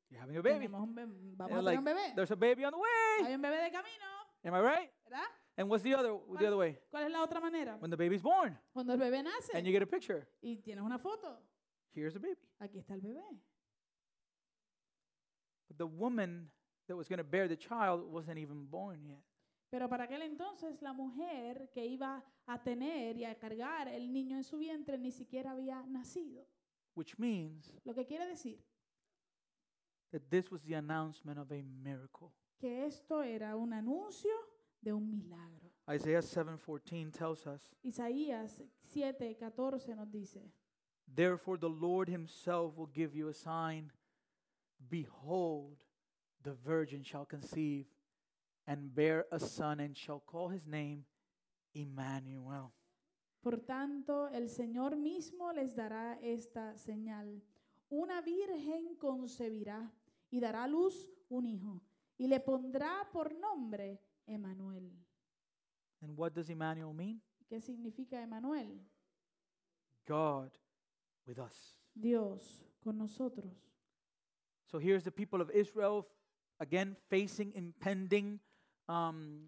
Speaker 1: You're having a baby.
Speaker 2: Tenemos un bebé. Vamos
Speaker 1: And
Speaker 2: a
Speaker 1: like,
Speaker 2: tener un bebé.
Speaker 1: there's a baby on the way.
Speaker 2: Hay un bebé de camino,
Speaker 1: Am I right?
Speaker 2: ¿verdad?
Speaker 1: And what's the other the other way?
Speaker 2: ¿Cuál es la otra manera?
Speaker 1: When the baby's born
Speaker 2: Cuando el bebé nace
Speaker 1: and you get a picture.
Speaker 2: y tienes una foto,
Speaker 1: Here's the baby.
Speaker 2: aquí está el bebé.
Speaker 1: But the woman that was going to bear the child wasn't even born yet.
Speaker 2: Pero para aquel entonces la mujer que iba a tener y a cargar el niño en su vientre ni siquiera había nacido.
Speaker 1: Which means
Speaker 2: Lo que quiere decir
Speaker 1: that this was the announcement of a miracle.
Speaker 2: que esto era un anuncio de un milagro.
Speaker 1: Isaiah 7:14 tells us,
Speaker 2: Isaías 7:14 nos dice,
Speaker 1: "Therefore the Lord himself will give you a sign. Behold, the virgin shall conceive and bear a son and shall call his name Emmanuel."
Speaker 2: por tanto, el Señor mismo les dará esta señal. Una virgen concebirá y dará a luz un hijo y le pondrá por nombre Emanuel.
Speaker 1: And what does Emmanuel mean?
Speaker 2: ¿Qué significa Emanuel?
Speaker 1: God with us.
Speaker 2: Dios con nosotros.
Speaker 1: So here's the people of Israel again facing impending um,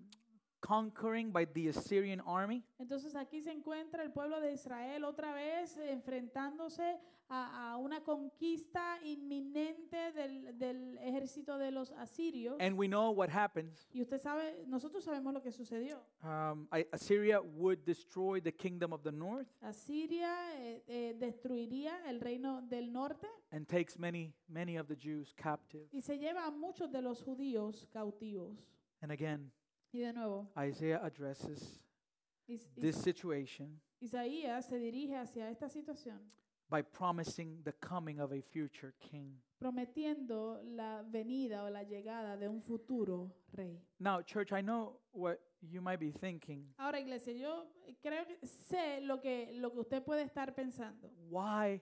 Speaker 1: conquering by the Assyrian army.
Speaker 2: Entonces aquí se encuentra el pueblo de Israel otra vez eh, enfrentándose a, a una conquista inminente del, del ejército de los asirios.
Speaker 1: And we know what happens.
Speaker 2: Y usted sabe, nosotros sabemos lo que sucedió.
Speaker 1: Um, I, Assyria would destroy the kingdom of the north
Speaker 2: Asiria eh, eh, destruiría el reino del norte
Speaker 1: and takes many, many of the Jews captive.
Speaker 2: y se lleva a muchos de los judíos cautivos.
Speaker 1: And again,
Speaker 2: Y de nuevo,
Speaker 1: Isaiah addresses
Speaker 2: Is- Is-
Speaker 1: this situation
Speaker 2: Isaías se dirige hacia esta situación
Speaker 1: by promising the coming of a future king.
Speaker 2: prometiendo la venida o la llegada de un futuro rey.
Speaker 1: Now, church, I know what you might be thinking.
Speaker 2: Ahora, iglesia, yo creo que sé lo que, lo que usted puede estar pensando.
Speaker 1: Why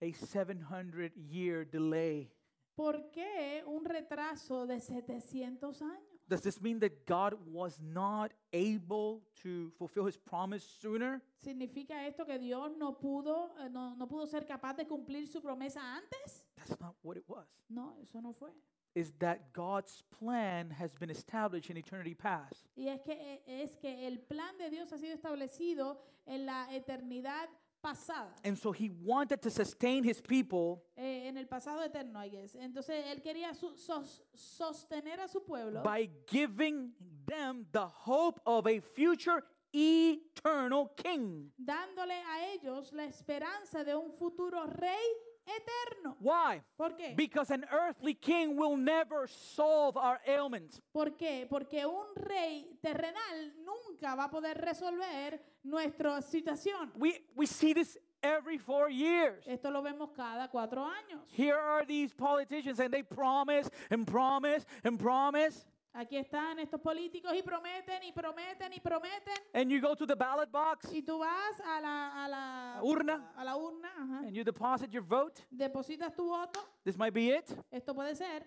Speaker 1: a 700 year delay?
Speaker 2: ¿Por qué un retraso de 700 años?
Speaker 1: Does this mean that God was not able to fulfill his promise sooner?
Speaker 2: ¿Significa esto que Dios no pudo, eh, no, no pudo ser capaz de cumplir su promesa antes?
Speaker 1: That's not what it was.
Speaker 2: No, eso no fue.
Speaker 1: Is that God's plan has been established in eternity past.
Speaker 2: Y es que, eh, es que el plan de Dios ha sido establecido en la eternidad pasada,
Speaker 1: And so he wanted to sustain his people
Speaker 2: eh, en el pasado eterno, I guess. Entonces, Él quería su- sos- sostener a su pueblo
Speaker 1: by giving them the hope of a future eternal king.
Speaker 2: dándole a ellos la esperanza de un futuro rey eterno.
Speaker 1: Why?
Speaker 2: ¿Por qué?
Speaker 1: Because an earthly king will never solve our ailments.
Speaker 2: ¿Por qué? Porque un rey terrenal nunca va a poder resolver nuestra situación.
Speaker 1: We, we see this every four years.
Speaker 2: Esto lo vemos cada cuatro años.
Speaker 1: Here are these politicians, and they promise and promise and promise.
Speaker 2: Aquí están estos políticos y prometen y prometen y prometen.
Speaker 1: And you go to the ballot box
Speaker 2: Y tú vas a la, a la
Speaker 1: Urna.
Speaker 2: A la urna, ajá.
Speaker 1: and you deposit your vote.
Speaker 2: Depositas tu voto.
Speaker 1: This might be it.
Speaker 2: Esto puede ser.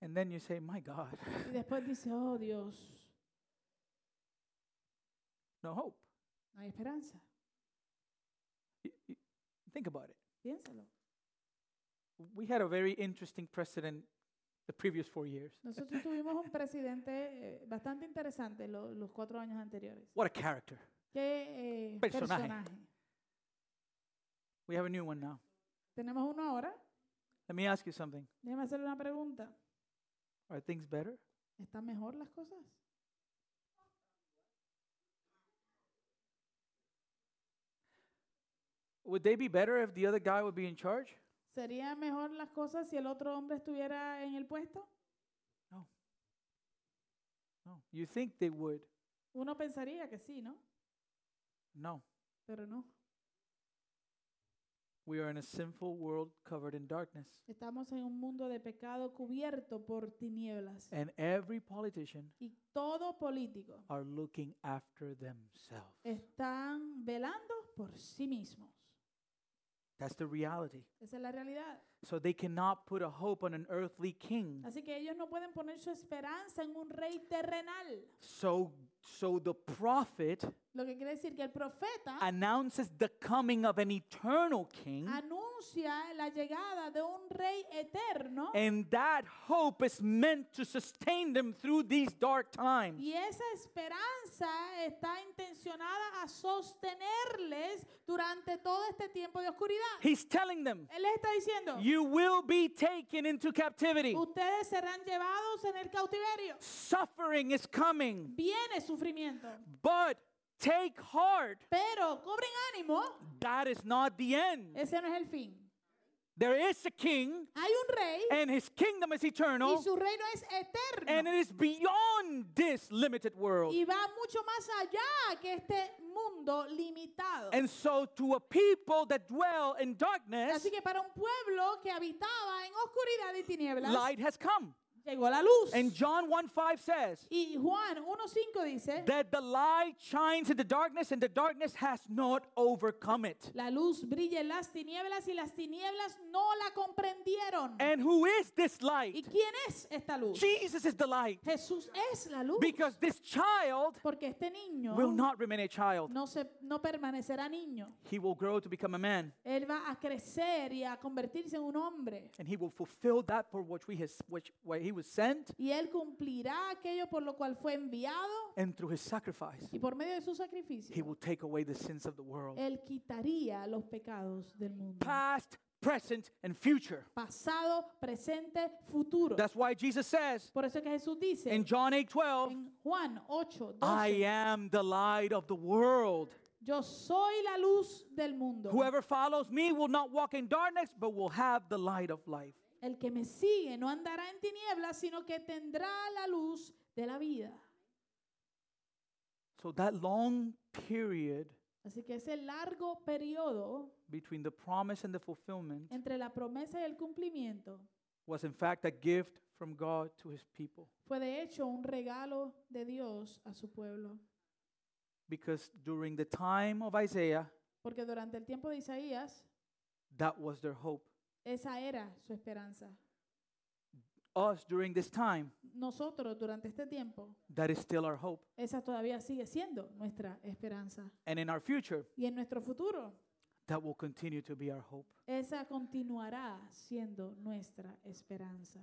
Speaker 1: And then you say, My God,
Speaker 2: Y después dices, oh Dios,
Speaker 1: no hope.
Speaker 2: no hay esperanza.
Speaker 1: Y- y- Think about it.
Speaker 2: Piénsalo.
Speaker 1: We had a very interesting precedent the previous four years.
Speaker 2: Nosotros tuvimos un presidente eh, bastante interesante lo- los cuatro años anteriores.
Speaker 1: What a character.
Speaker 2: ¿Qué eh,
Speaker 1: Personaje.
Speaker 2: personaje.
Speaker 1: We have a new one now.
Speaker 2: Tenemos uno ahora.
Speaker 1: Let me ask you something.
Speaker 2: Déjame hacerle una pregunta.
Speaker 1: Are things better?
Speaker 2: ¿Están mejor las cosas?
Speaker 1: Would they be better if the other guy would be in charge?
Speaker 2: ¿Sería mejor las cosas si el otro hombre estuviera en el puesto?
Speaker 1: No. You think they would?
Speaker 2: Uno pensaría que sí, ¿no?
Speaker 1: No.
Speaker 2: Pero no.
Speaker 1: We are in a sinful world covered in darkness.
Speaker 2: Estamos en un mundo de pecado cubierto por tinieblas.
Speaker 1: And every politician
Speaker 2: Y todo político
Speaker 1: are looking after
Speaker 2: Eh.
Speaker 1: themselves.
Speaker 2: están velando por sí mismos.
Speaker 1: That's the reality.
Speaker 2: Esa es la realidad.
Speaker 1: So they cannot put a hope on an earthly king.
Speaker 2: Así que ellos no pueden poner su esperanza en un rey terrenal.
Speaker 1: So so the prophet
Speaker 2: Lo que quiere decir que el profeta
Speaker 1: announces the coming of an eternal king,
Speaker 2: anuncia la llegada de un rey eterno
Speaker 1: and that hope is meant to sustain them through these dark times.
Speaker 2: y esa esperanza está intencionada a sostenerles durante todo este tiempo de oscuridad.
Speaker 1: He's telling them,
Speaker 2: Él les está diciendo,
Speaker 1: you will be taken into captivity.
Speaker 2: ustedes serán llevados en el cautiverio.
Speaker 1: Suffering is coming,
Speaker 2: Viene sufrimiento,
Speaker 1: but take heart.
Speaker 2: pero cobren ánimo.
Speaker 1: That is not the end.
Speaker 2: Ese no es el fin.
Speaker 1: There is a king,
Speaker 2: Hay un rey
Speaker 1: and his kingdom is eternal,
Speaker 2: y su reino es
Speaker 1: and
Speaker 2: eterno
Speaker 1: it is beyond this limited world.
Speaker 2: y va mucho más allá que este mundo limitado.
Speaker 1: And so, to a people that dwell in darkness,
Speaker 2: Así que para un pueblo que habitaba en oscuridad y tinieblas,
Speaker 1: light has come.
Speaker 2: llegó la luz.
Speaker 1: And John 1 5 says
Speaker 2: y Juan 1.5 dice,
Speaker 1: that the light shines in the darkness, and the darkness has not overcome it.
Speaker 2: la luz brilla en las tinieblas y las tinieblas no la comprendieron.
Speaker 1: And who is this
Speaker 2: ¿Y
Speaker 1: light?
Speaker 2: quién es esta luz?
Speaker 1: Jesus is the light.
Speaker 2: Jesús es la luz.
Speaker 1: Because this child
Speaker 2: porque este niño
Speaker 1: will not remain a child,
Speaker 2: no, se, no permanecerá niño.
Speaker 1: he will grow to become a man.
Speaker 2: Él va a crecer y a convertirse en un hombre.
Speaker 1: and he will fulfill that for which we has, which why he was sent
Speaker 2: Y él cumplirá aquello por lo cual fue enviado
Speaker 1: and through his sacrifice
Speaker 2: y por medio de su
Speaker 1: he
Speaker 2: sacrificio.
Speaker 1: will take away the sins of the world
Speaker 2: Él quitaría los pecados del mundo.
Speaker 1: past present and future
Speaker 2: pasado, presente, futuro.
Speaker 1: that's why jesus says
Speaker 2: Por eso es que Jesús dice
Speaker 1: in john 8 12
Speaker 2: en Juan 8, 12,
Speaker 1: i am the light of the world
Speaker 2: yo soy la luz del mundo.
Speaker 1: whoever follows me will not walk in darkness but will have the light of life
Speaker 2: El que me sigue no andará en tinieblas, sino que tendrá la luz de la vida.
Speaker 1: so that long period
Speaker 2: Así que ese largo periodo
Speaker 1: between the promise and the fulfillment
Speaker 2: entre la promesa y el cumplimiento
Speaker 1: was in fact a gift from god to his people
Speaker 2: fue de hecho un regalo de Dios a su pueblo.
Speaker 1: because during the time of isaiah
Speaker 2: Porque durante el tiempo de Isaías,
Speaker 1: that was their hope
Speaker 2: esa era su esperanza.
Speaker 1: us during this time,
Speaker 2: Nosotros durante este tiempo,
Speaker 1: that is still our hope.
Speaker 2: esa todavía sigue siendo nuestra esperanza.
Speaker 1: And in our future,
Speaker 2: Y en nuestro futuro,
Speaker 1: that will continue to be our hope.
Speaker 2: esa continuará siendo nuestra esperanza.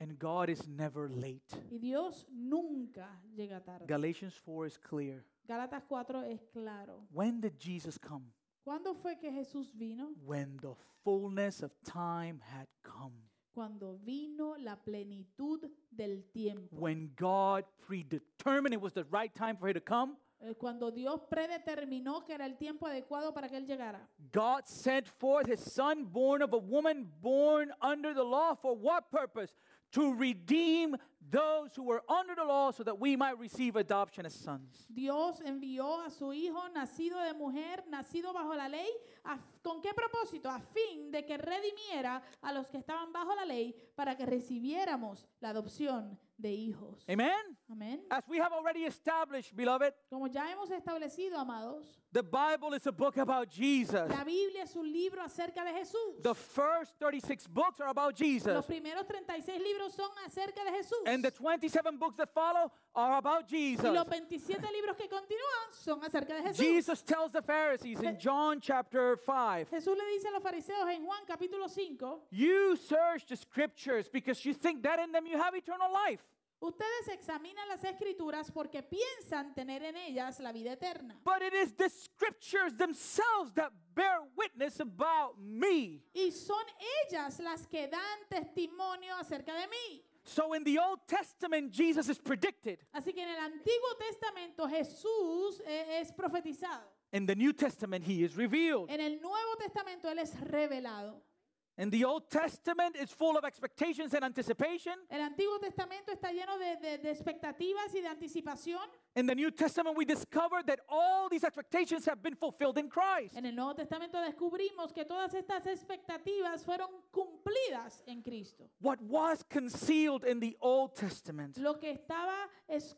Speaker 1: And God is never late.
Speaker 2: Y Dios nunca llega tarde.
Speaker 1: Galatians 4 is clear.
Speaker 2: Gálatas 4 es claro.
Speaker 1: When did Jesus come?
Speaker 2: ¿Cuándo fue que Jesús vino?
Speaker 1: When the fullness of time had come.
Speaker 2: Cuando vino la plenitud del tiempo.
Speaker 1: When God predetermined it was the right time for Him to come,
Speaker 2: Eh, Cuando Dios predeterminó que era el tiempo adecuado para que Él llegara.
Speaker 1: God sent forth His Son, born of a woman, born under the law, for what purpose? To redeem those who were under the law so that we might receive adoption as sons.
Speaker 2: Dios envió a su hijo nacido de mujer, nacido bajo la ley, a- ¿con qué propósito? A fin de que redimiera a los que estaban bajo la ley para que recibiéramos la adopción de hijos.
Speaker 1: Amen?
Speaker 2: Amén.
Speaker 1: As we have already established, beloved,
Speaker 2: Como ya hemos establecido, amados,
Speaker 1: the Bible is a book about Jesus.
Speaker 2: la Biblia es un libro acerca de Jesús.
Speaker 1: The first 36 books are about Jesus,
Speaker 2: Los primeros 36 libros son acerca de Jesús.
Speaker 1: And the 27 books that follow are about
Speaker 2: Y
Speaker 1: Jesus.
Speaker 2: los 27 libros que continúan son acerca de Jesús.
Speaker 1: Jesus tells the Pharisees in John chapter 5
Speaker 2: Jesús le dice a los fariseos en Juan capítulo 5,
Speaker 1: You search the scriptures because you think that in them you have eternal life.
Speaker 2: ustedes examinan las escrituras porque piensan tener en ellas la vida eterna.
Speaker 1: But it is the scriptures themselves that bear witness about me.
Speaker 2: Y son ellas las que dan testimonio acerca de mí.
Speaker 1: So in the Old Testament, Jesus is predicted.
Speaker 2: Así que en el Antiguo Testamento Jesús eh, es profetizado.
Speaker 1: In the New Testament, he is revealed.
Speaker 2: En el Nuevo Testamento Él es revelado.
Speaker 1: And the Old Testament is full of expectations and anticipation.
Speaker 2: El Antiguo Testamento está lleno de, de- de expectativas y de anticipación.
Speaker 1: In the New Testament, we discover that all these expectations have been fulfilled in Christ.
Speaker 2: En el Nuevo Testamento descubrimos que todas estas expectativas fueron cumplidas en Cristo.
Speaker 1: What was concealed in the Old Testament
Speaker 2: Lo que estaba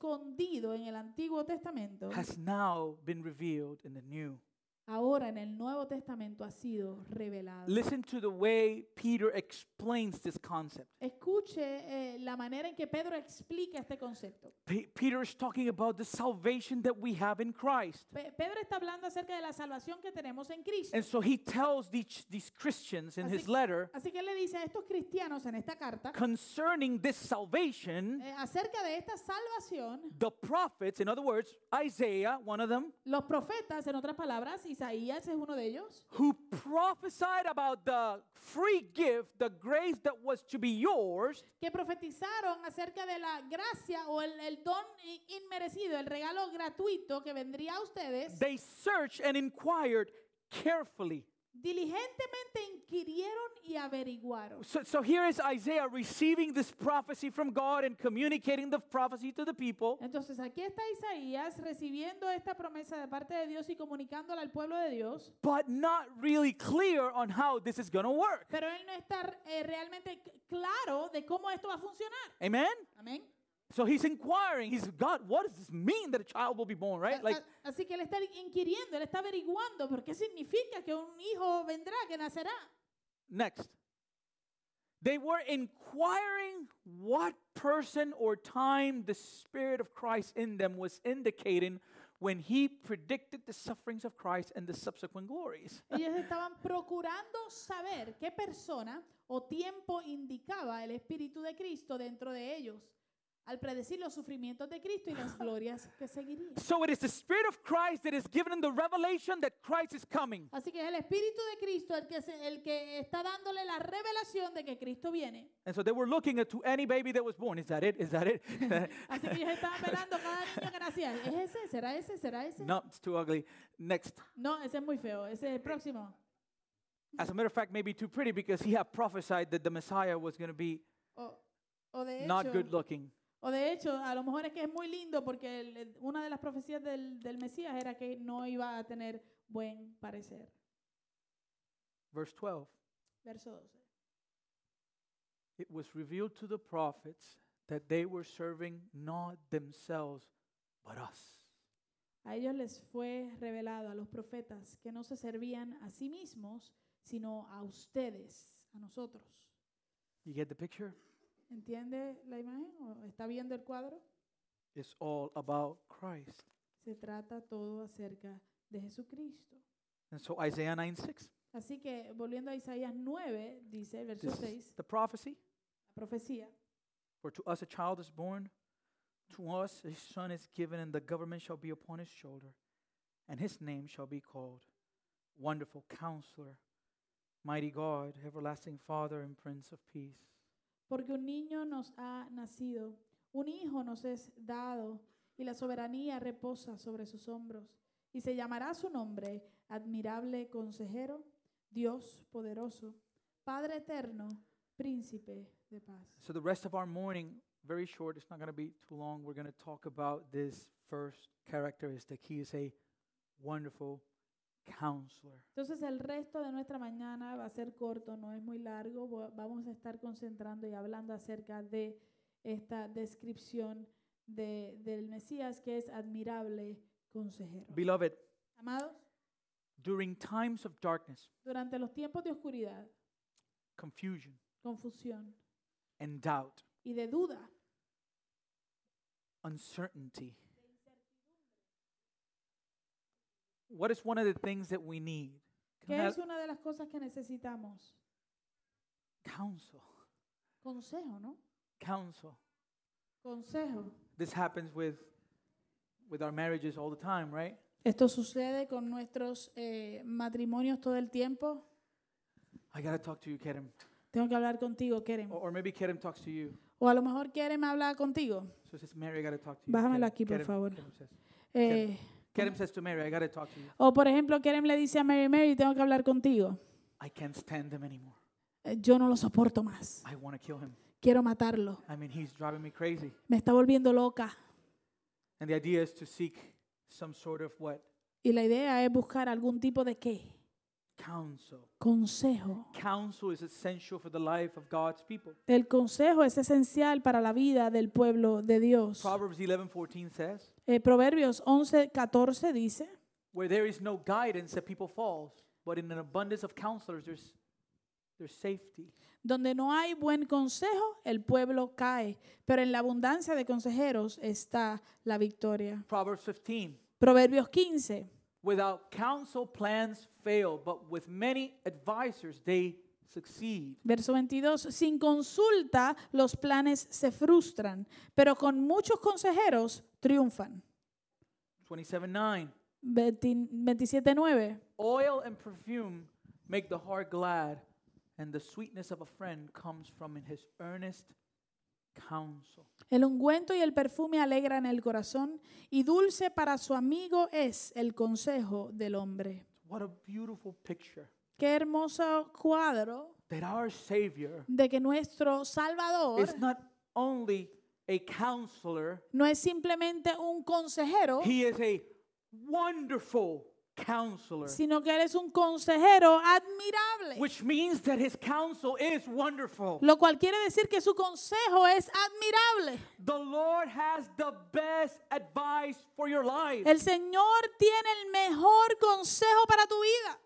Speaker 2: escondido en el Antiguo Testamento,
Speaker 1: has now been revealed in the New.
Speaker 2: ahora en el Nuevo Testamento ha sido revelado.
Speaker 1: Listen to the way Peter explains this concept.
Speaker 2: Escuche eh, la manera en que Pedro explica este concepto.
Speaker 1: Pe- Peter is talking about the salvation that we have in Christ.
Speaker 2: Pe- Pedro está hablando acerca de la salvación que tenemos en Cristo.
Speaker 1: And so he tells these, these Christians in
Speaker 2: Así
Speaker 1: his
Speaker 2: que-
Speaker 1: letter
Speaker 2: Así que él le dice a estos cristianos en esta carta
Speaker 1: concerning this salvation,
Speaker 2: eh, acerca de esta salvación,
Speaker 1: the prophets, in other words, Isaiah, one of them,
Speaker 2: los profetas, en otras palabras, Isaías es uno de ellos,
Speaker 1: who prophesied about the free gift, the grace that was to be yours,
Speaker 2: que profetizaron acerca de la gracia o el, el don i- inmerecido, el regalo gratuito que vendría a ustedes,
Speaker 1: they searched and inquired carefully.
Speaker 2: diligentemente inquirieron y averiguaron.
Speaker 1: So, so here is Isaiah receiving this prophecy from God and communicating the prophecy to the people.
Speaker 2: Entonces aquí está Isaías recibiendo esta promesa de parte de Dios y comunicándola al pueblo de Dios,
Speaker 1: but not really clear on how this is going to work.
Speaker 2: pero él no está eh, realmente c- claro de cómo esto va a funcionar.
Speaker 1: Amen?
Speaker 2: Amén.
Speaker 1: So he's inquiring, he's God, what does this mean that a child will be born, right?
Speaker 2: A-
Speaker 1: Like
Speaker 2: a- así que él está inquiriendo, él está averiguando por qué significa que un hijo vendrá, que nacerá.
Speaker 1: next. They were inquiring what person or time the spirit of Christ in them was indicating when he predicted the sufferings of Christ and the subsequent glories.
Speaker 2: Ellos estaban procurando saber qué persona o tiempo indicaba el Espíritu de Cristo dentro de ellos al predecir los sufrimientos de Cristo y las glorias que seguirían.
Speaker 1: So it is the spirit of Christ that is given in the revelation that Christ is coming.
Speaker 2: Así que es el Espíritu de Cristo el que, se- el que está dándole la revelación de que Cristo viene.
Speaker 1: And so they were looking at to any baby that was born. Is that it? Is that it?
Speaker 2: Así que ellos estaban velando cada niño que nacía. ¿Es ese? ¿Será ese? ¿Será ese?
Speaker 1: No, it's too ugly. Next.
Speaker 2: No, ese es muy feo. Ese es el próximo.
Speaker 1: As a matter of fact, maybe too pretty because he had prophesied that the Messiah was going to be
Speaker 2: O, o de
Speaker 1: not
Speaker 2: hecho-
Speaker 1: good looking.
Speaker 2: O de hecho, a lo mejor es que es muy lindo porque el- el- una de las profecías del, del Mesías era que no iba a tener buen parecer.
Speaker 1: Verse 12.
Speaker 2: Verso 12.
Speaker 1: It was revealed to the prophets that they were serving not themselves, but us.
Speaker 2: A ellos les fue revelado, a los profetas, que no se servían a sí mismos, sino a ustedes, a nosotros.
Speaker 1: You get the picture?
Speaker 2: ¿Entiende la imagen? ¿O ¿Está viendo el cuadro?
Speaker 1: It's all about Christ.
Speaker 2: Se trata todo acerca de Jesucristo.
Speaker 1: And so Isaiah 9 6,
Speaker 2: Así que, volviendo a Isaías 9, dice el verso
Speaker 1: this is
Speaker 2: 6,
Speaker 1: the prophecy.
Speaker 2: la profecía.
Speaker 1: For to us a child is born, to us a son is given, and the government shall be upon his shoulder, and his name shall be called Wonderful Counselor, Mighty God, Everlasting Father, and Prince of Peace.
Speaker 2: Porque un niño nos ha nacido, un hijo nos es dado, y la soberanía reposa sobre sus hombros. Y se llamará su nombre, admirable consejero, Dios poderoso, Padre eterno, príncipe de paz.
Speaker 1: So, the rest of our morning, very short, it's not going to be too long. We're going to talk about this first characteristic. He is a wonderful counselor.
Speaker 2: Entonces el resto de nuestra mañana va a ser corto, no es muy largo, va- vamos a estar concentrando y hablando acerca de esta descripción de- del Mesías que es admirable consejero.
Speaker 1: Beloved,
Speaker 2: Amados,
Speaker 1: during times of darkness,
Speaker 2: durante los tiempos de oscuridad,
Speaker 1: confusion,
Speaker 2: confusión
Speaker 1: and doubt,
Speaker 2: y de duda,
Speaker 1: uncertainty. What is one of the things that we need? Can
Speaker 2: ¿Qué
Speaker 1: I-
Speaker 2: es una de las cosas que necesitamos?
Speaker 1: counsel.
Speaker 2: Consejo, ¿no?
Speaker 1: Counsel.
Speaker 2: Consejo.
Speaker 1: This happens with with our marriages all the time, right?
Speaker 2: Esto sucede con nuestros eh, matrimonios todo el tiempo.
Speaker 1: I gotta talk to you, Kerem.
Speaker 2: Tengo que hablar contigo, Kerem.
Speaker 1: Or, or maybe Kerem talks to you.
Speaker 2: O a lo mejor Kerem habla contigo.
Speaker 1: So says Mary, I gotta talk to you.
Speaker 2: Bájamelo
Speaker 1: Kerem-
Speaker 2: aquí, por
Speaker 1: Kerem-
Speaker 2: favor.
Speaker 1: Kerem says,
Speaker 2: Eh,
Speaker 1: Kerem says to Mary, I gotta talk to you.
Speaker 2: o por ejemplo, Kerem le dice a Mary Mary, tengo que hablar contigo.
Speaker 1: I can't stand him anymore.
Speaker 2: Eh, yo no lo soporto más.
Speaker 1: I wanna kill him.
Speaker 2: Quiero matarlo.
Speaker 1: I mean, he's driving me crazy.
Speaker 2: Me está volviendo loca.
Speaker 1: And the idea is to seek some sort of what?
Speaker 2: Y la idea es buscar algún tipo de qué?
Speaker 1: Counsel.
Speaker 2: Consejo.
Speaker 1: Counsel is essential for the life of God's people.
Speaker 2: El consejo es esencial para la vida del pueblo de Dios.
Speaker 1: Proverbs 11:14 says,
Speaker 2: Eh, Proverbios 11, 14 dice,
Speaker 1: "Where there is no guidance, the people falls, but in an abundance of counselors there's there's safety."
Speaker 2: donde no hay buen consejo, el pueblo cae, pero en la abundancia de consejeros está la victoria.
Speaker 1: Proverbs 15,
Speaker 2: Proverbios 15,
Speaker 1: "Without counsel plans fail, but with many advisors they succeed."
Speaker 2: verso 22, sin consulta los planes se frustran, pero con muchos consejeros triunfan.
Speaker 1: 27:9,
Speaker 2: 20 27, 9,
Speaker 1: "Oil and perfume make the heart glad, and the sweetness of a friend comes from in his earnest counsel."
Speaker 2: el ungüento y el perfume alegran el corazón y dulce para su amigo es el consejo del hombre.
Speaker 1: What a beautiful picture
Speaker 2: Qué hermoso cuadro
Speaker 1: that our Savior
Speaker 2: de que nuestro Salvador
Speaker 1: is not only a counselor,
Speaker 2: no es simplemente un consejero,
Speaker 1: he is a wonderful counselor,
Speaker 2: sino que Él es un consejero admirable.
Speaker 1: which means that his counsel is wonderful.
Speaker 2: Lo cual quiere decir que su consejo es admirable.
Speaker 1: The Lord has the best advice for your life,
Speaker 2: El Señor tiene el mejor consejo para tu vida.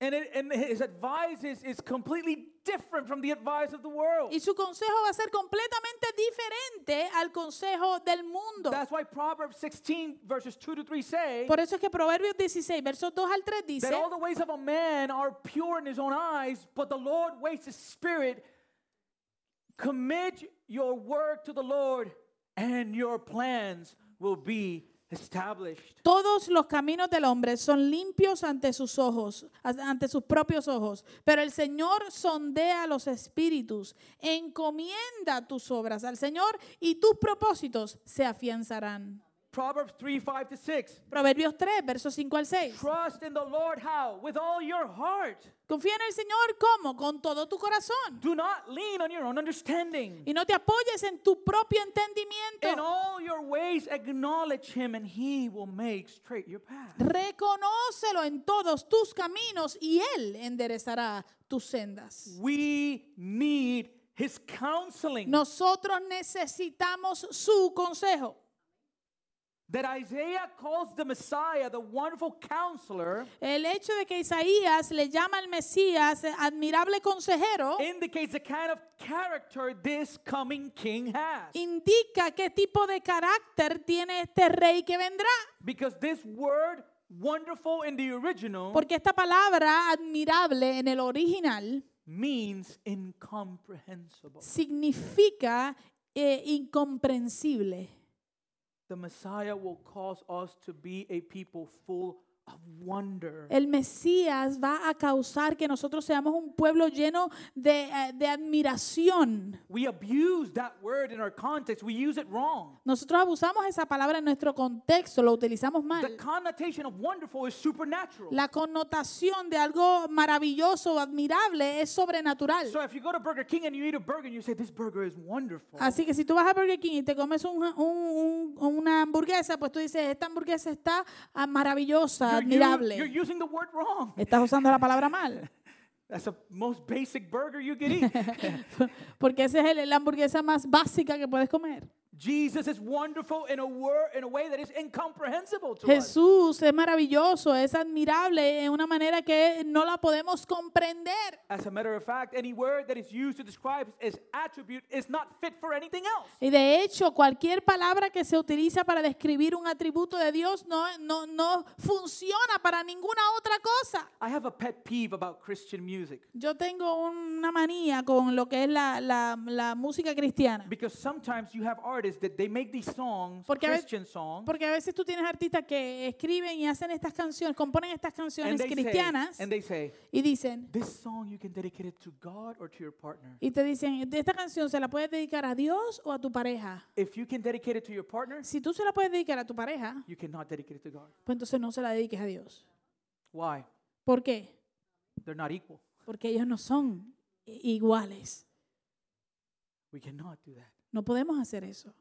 Speaker 1: and, it, and his advice is, is completely different from the advice of the world.
Speaker 2: Y su consejo va a ser completamente diferente al consejo del mundo.
Speaker 1: That's why Proverbs 16, verses 2 to 3 say
Speaker 2: Por eso es que Proverbios 16, versos 2 al 3
Speaker 1: that
Speaker 2: dice,
Speaker 1: all the ways of a man are pure in his own eyes, but the Lord weighs his spirit. Commit your work to the Lord, and your plans will be established.
Speaker 2: Todos los caminos del hombre son limpios ante sus ojos, as- ante sus propios ojos, pero el Señor sondea los espíritus. Encomienda tus obras al Señor y tus propósitos se afianzarán.
Speaker 1: Proverbs 3 5 to 6.
Speaker 2: Proverbios 3, versos 5 al 6.
Speaker 1: Trust in the Lord how? With all your heart.
Speaker 2: Confía en el Señor como con todo tu corazón
Speaker 1: Do not lean on your own understanding.
Speaker 2: y no te apoyes en tu propio
Speaker 1: In
Speaker 2: entendimiento.
Speaker 1: all your ways, acknowledge him, and he will make straight your path.
Speaker 2: Reconócelo en todos tus caminos y Él enderezará tus sendas.
Speaker 1: We need his counseling.
Speaker 2: Nosotros necesitamos su consejo.
Speaker 1: that Isaiah calls the Messiah the wonderful counselor
Speaker 2: El hecho de que Isaías le llama al Mesías eh, admirable consejero
Speaker 1: indicates the kind of character this coming king has.
Speaker 2: indica qué tipo de carácter tiene este rey que vendrá.
Speaker 1: Because this word wonderful in the original
Speaker 2: Porque esta palabra admirable en el original
Speaker 1: means incomprehensible.
Speaker 2: significa eh, incomprensible.
Speaker 1: The Messiah will cause us to be a people full of wonder.
Speaker 2: El Mesías va a causar que nosotros seamos un pueblo lleno de, eh, de admiración.
Speaker 1: We abuse that word in our context. We use it wrong.
Speaker 2: Nosotros abusamos esa palabra en nuestro contexto, lo utilizamos
Speaker 1: The
Speaker 2: mal.
Speaker 1: connotation of wonderful is supernatural.
Speaker 2: La connotación de algo maravilloso o admirable es sobrenatural.
Speaker 1: So if you go to Burger King and you eat a burger and you say this burger is wonderful,
Speaker 2: Así que si tú vas a Burger King y te comes un- un- un- una hamburguesa, pues tú dices, esta hamburguesa está ah, maravillosa,
Speaker 1: you're, u- you're
Speaker 2: admirable.
Speaker 1: using the word wrong.
Speaker 2: Estás usando la palabra mal,
Speaker 1: That's the most basic burger you can eat.
Speaker 2: porque esa es el- la hamburguesa más básica que puedes comer.
Speaker 1: Jesus is wonderful in a word in a way that is incomprehensible to us.
Speaker 2: Jesús es maravilloso, es admirable en una manera que no la podemos comprender.
Speaker 1: As a matter of fact, any word that is used to describe his attribute is not fit for anything else.
Speaker 2: Y de hecho, cualquier palabra que se utiliza para describir un atributo de Dios no, no, no funciona para ninguna otra cosa.
Speaker 1: I have a pet peeve about Christian music
Speaker 2: Yo tengo una manía con lo que es la, la- la música cristiana.
Speaker 1: because sometimes you have artists that they make these songs,
Speaker 2: Porque a ve-
Speaker 1: Christian songs,
Speaker 2: Porque a veces tú tienes artistas que escriben y hacen estas canciones, componen estas
Speaker 1: and
Speaker 2: canciones
Speaker 1: they
Speaker 2: cristianas
Speaker 1: say, and they say,
Speaker 2: y dicen,
Speaker 1: this song you can dedicate it to God or to your partner.
Speaker 2: y te dicen, de esta canción se la puedes dedicar a Dios o a tu pareja.
Speaker 1: If you can dedicate it to your partner,
Speaker 2: Si tú se la puedes dedicar a tu pareja,
Speaker 1: you cannot dedicate it to God.
Speaker 2: pues entonces no se la dediques a Dios.
Speaker 1: Why?
Speaker 2: ¿Por qué?
Speaker 1: They're not equal.
Speaker 2: Porque ellos no son i- iguales.
Speaker 1: We cannot do that.
Speaker 2: No podemos hacer eso.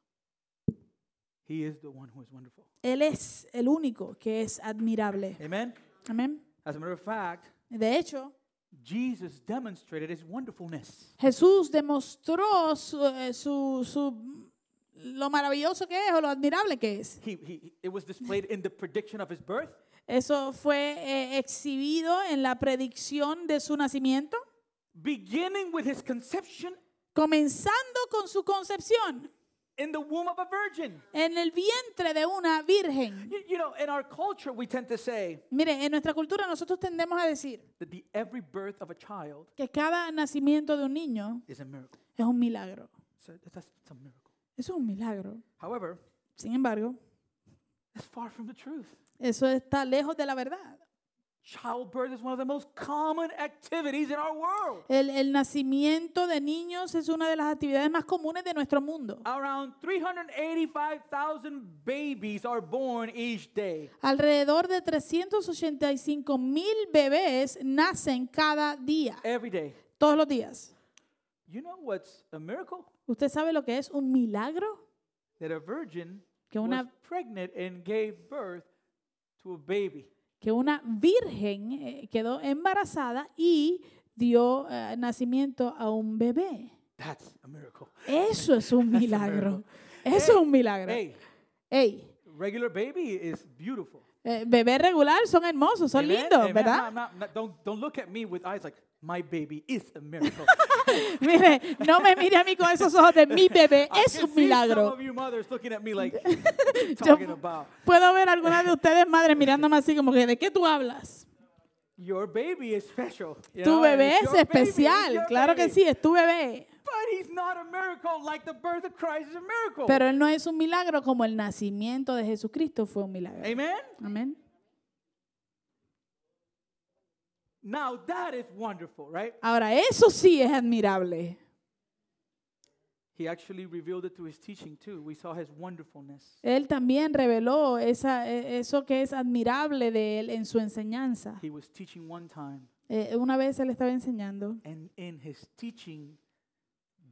Speaker 1: He is the one who is wonderful.
Speaker 2: Él es el único que es admirable.
Speaker 1: Amen.
Speaker 2: Amén.
Speaker 1: As a matter of fact,
Speaker 2: De hecho,
Speaker 1: Jesus demonstrated his wonderfulness.
Speaker 2: Jesús demostró su, eh, su- su- lo maravilloso que es o lo admirable que es.
Speaker 1: He, he, it was displayed in the prediction of his birth.
Speaker 2: Eso fue eh, exhibido en la predicción de su nacimiento,
Speaker 1: beginning with his conception
Speaker 2: comenzando con su concepción
Speaker 1: in the womb of a virgin.
Speaker 2: en el vientre de una virgen.
Speaker 1: You, you know, in our culture, we tend to say
Speaker 2: Mire, en nuestra cultura nosotros tendemos a decir
Speaker 1: that the every birth of a child
Speaker 2: que cada nacimiento de un niño
Speaker 1: is a miracle.
Speaker 2: es un milagro.
Speaker 1: So that- that's, that's a miracle.
Speaker 2: Eso es un milagro.
Speaker 1: However,
Speaker 2: Sin embargo,
Speaker 1: that's far from the truth.
Speaker 2: eso está lejos de la verdad.
Speaker 1: Childbirth is one of the most common activities in our world.
Speaker 2: El, el nacimiento de niños es una de las actividades más comunes de nuestro mundo.
Speaker 1: Around 385,000 babies are born each day.
Speaker 2: Alrededor de 385 mil bebés nacen cada día,
Speaker 1: Every day.
Speaker 2: todos los días.
Speaker 1: You know what's a miracle?
Speaker 2: ¿Usted sabe lo que es un milagro?
Speaker 1: That a virgin
Speaker 2: Que una-
Speaker 1: was pregnant and gave birth to a baby.
Speaker 2: Que una virgen eh, quedó embarazada y dio eh, nacimiento a un bebé.
Speaker 1: That's a miracle.
Speaker 2: Eso es un milagro. Eso es un milagro.
Speaker 1: Hey,
Speaker 2: Ey,
Speaker 1: regular baby is beautiful.
Speaker 2: eh, bebés regular son hermosos, son
Speaker 1: Amen?
Speaker 2: lindos,
Speaker 1: Amen? No,
Speaker 2: ¿verdad?
Speaker 1: no, no, don't, don't look at me with eyes like, my baby is a miracle.
Speaker 2: Mire, no me mire a mí con esos ojos de mi bebé.
Speaker 1: I
Speaker 2: Es
Speaker 1: can see
Speaker 2: un
Speaker 1: Some
Speaker 2: milagro.
Speaker 1: of you mothers looking at me like, "What are you talking about?
Speaker 2: Puedo ver algunas de ustedes, madres, mirándome así como que, ¿de qué tú hablas?
Speaker 1: Your baby is special. you
Speaker 2: Tu
Speaker 1: know, and
Speaker 2: bebé
Speaker 1: it's
Speaker 2: es
Speaker 1: your baby, it's
Speaker 2: especial.
Speaker 1: your
Speaker 2: Claro que
Speaker 1: baby."
Speaker 2: sí, es tu bebé.
Speaker 1: But he's not a miracle like the birth of Christ is a miracle.
Speaker 2: Pero él no es un milagro como el nacimiento de Jesucristo fue un milagro.
Speaker 1: Amen?
Speaker 2: Amén.
Speaker 1: Now that is wonderful, right?
Speaker 2: Ahora, eso sí es admirable.
Speaker 1: He actually revealed it through his teaching too. We saw his wonderfulness.
Speaker 2: Él también reveló esa, e- eso que es admirable de él en su enseñanza.
Speaker 1: He was teaching one time
Speaker 2: Eh, una vez él estaba enseñando
Speaker 1: And in his teaching,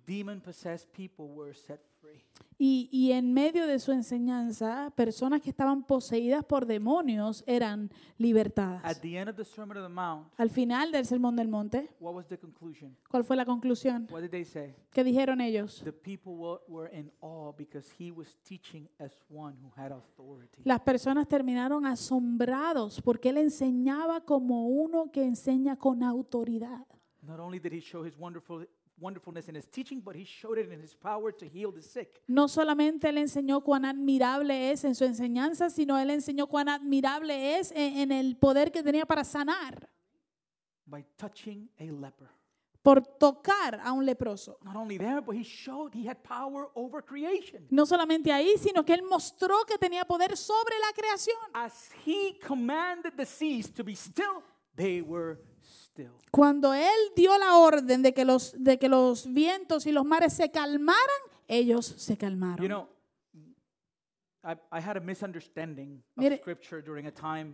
Speaker 1: demon possessed people were set free.
Speaker 2: Y, y en medio de su enseñanza, personas que estaban poseídas por demonios eran
Speaker 1: At
Speaker 2: libertadas.
Speaker 1: the end of the Sermon on the Mount,
Speaker 2: Al final del Sermón del Monte,
Speaker 1: what was the conclusion?
Speaker 2: ¿cuál fue la conclusión?
Speaker 1: What did they say?
Speaker 2: ¿Qué dijeron ellos?
Speaker 1: The people were, were in awe because he was teaching as one who had authority.
Speaker 2: Las personas terminaron asombrados porque él enseñaba como uno que enseña con autoridad.
Speaker 1: Not only did he show his wonderful wonderfulness in his teaching, but he showed it in his power to heal the sick.
Speaker 2: No solamente él enseñó cuán admirable es en su enseñanza, sino él enseñó cuán admirable es en, en el poder que tenía para sanar,
Speaker 1: By touching a leper.
Speaker 2: por tocar a un leproso.
Speaker 1: Not only there, but he showed he had power over creation.
Speaker 2: No solamente ahí, sino que él mostró que tenía poder sobre la creación.
Speaker 1: As he commanded the seas to be still, they were still.
Speaker 2: Cuando él dio la orden de que los, de que los vientos y los mares se calmaran, ellos se calmaron.
Speaker 1: You know, I, I had a misunderstanding of
Speaker 2: Mire-
Speaker 1: scripture during a time